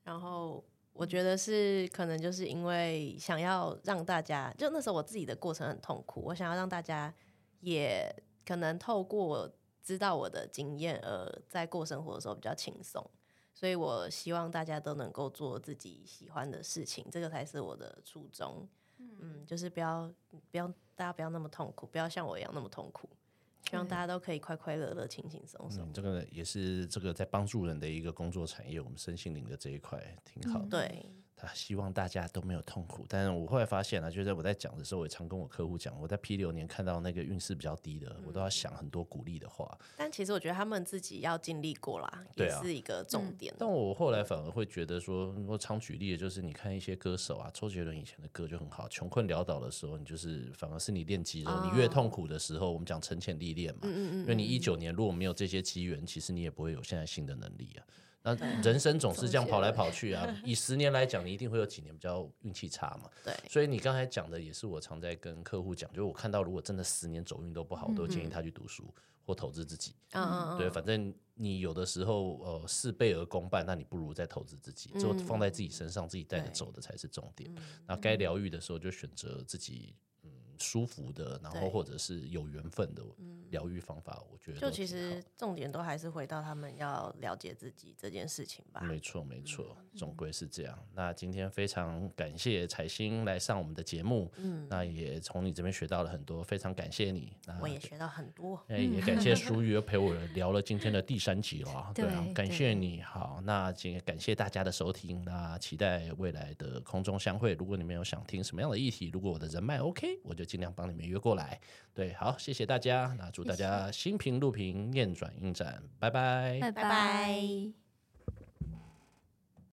S3: 然后我觉得是可能就是因为想要让大家，就那时候我自己的过程很痛苦，我想要让大家也可能透过我知道我的经验，而在过生活的时候比较轻松。所以我希望大家都能够做自己喜欢的事情，这个才是我的初衷。嗯，就是不要不要大家不要那么痛苦，不要像我一样那么痛苦。希望大家都可以快快乐乐、轻轻松松。
S1: 嗯，这个也是这个在帮助人的一个工作产业，我们身心灵的这一块挺好的。
S3: 嗯对，
S1: 他希望大家都没有痛苦，但是我后来发现啊，就是我在讲的时候，我也常跟我客户讲，我在 P 流年看到那个运势比较低的，我都要想很多鼓励的话。
S3: 但其实我觉得他们自己要经历过啦，
S1: 对
S3: 也
S1: 啊
S3: 是一个重点。
S1: 但我后来反而会觉得说，我常举例的就是，你看一些歌手啊，周杰伦以前的歌就很好，穷困潦倒的时候，你就是反而是你练肌肉，你越痛苦的时候，我们讲沉潜历练嘛，因为你一九年如果没有这些机缘，其实你也不会有现在新的能力啊。那人生总是这样跑来跑去啊，以十年来讲，你一定会有几年比较运气差嘛。
S3: 对，
S1: 所以你刚才讲的也是我常在跟客户讲，就是我看到如果真的十年走运都不好，我都建议他去读书或投资自己。
S3: 嗯嗯
S1: 对，反正你有的时候呃事倍而功半，那你不如再投资自己，就放在自己身上，自己带着
S3: 嗯对嗯
S1: 走的才是重点。那该疗愈的时候就选择自己嗯舒服的，然后
S3: 对嗯
S1: 或者是有缘分的疗愈方法，我觉得
S3: 就
S1: 都
S3: 其
S1: 挺好
S3: 实重点都还是回到他们要了解自己这件事情吧。
S1: 没错，没错，
S3: 嗯
S1: 总归是这样。那今天非常感谢彩星来上我们的节目，嗯，那也从你这边学到了很多，非常感谢你。那
S3: 我也学到很多，
S1: 哎，也感谢淑 (laughs) 瑜又陪我聊了今天的第三集了，对啊
S2: 对，
S1: 感谢你好，那也感谢大家的收听，那期待未来的空中相会。如果你们有想听什么样的议题，如果我的人脉 OK，我就尽量帮你们约过来。对，好，谢谢大家，那祝大家心平路平，念转运转，拜拜
S2: 拜
S3: 拜拜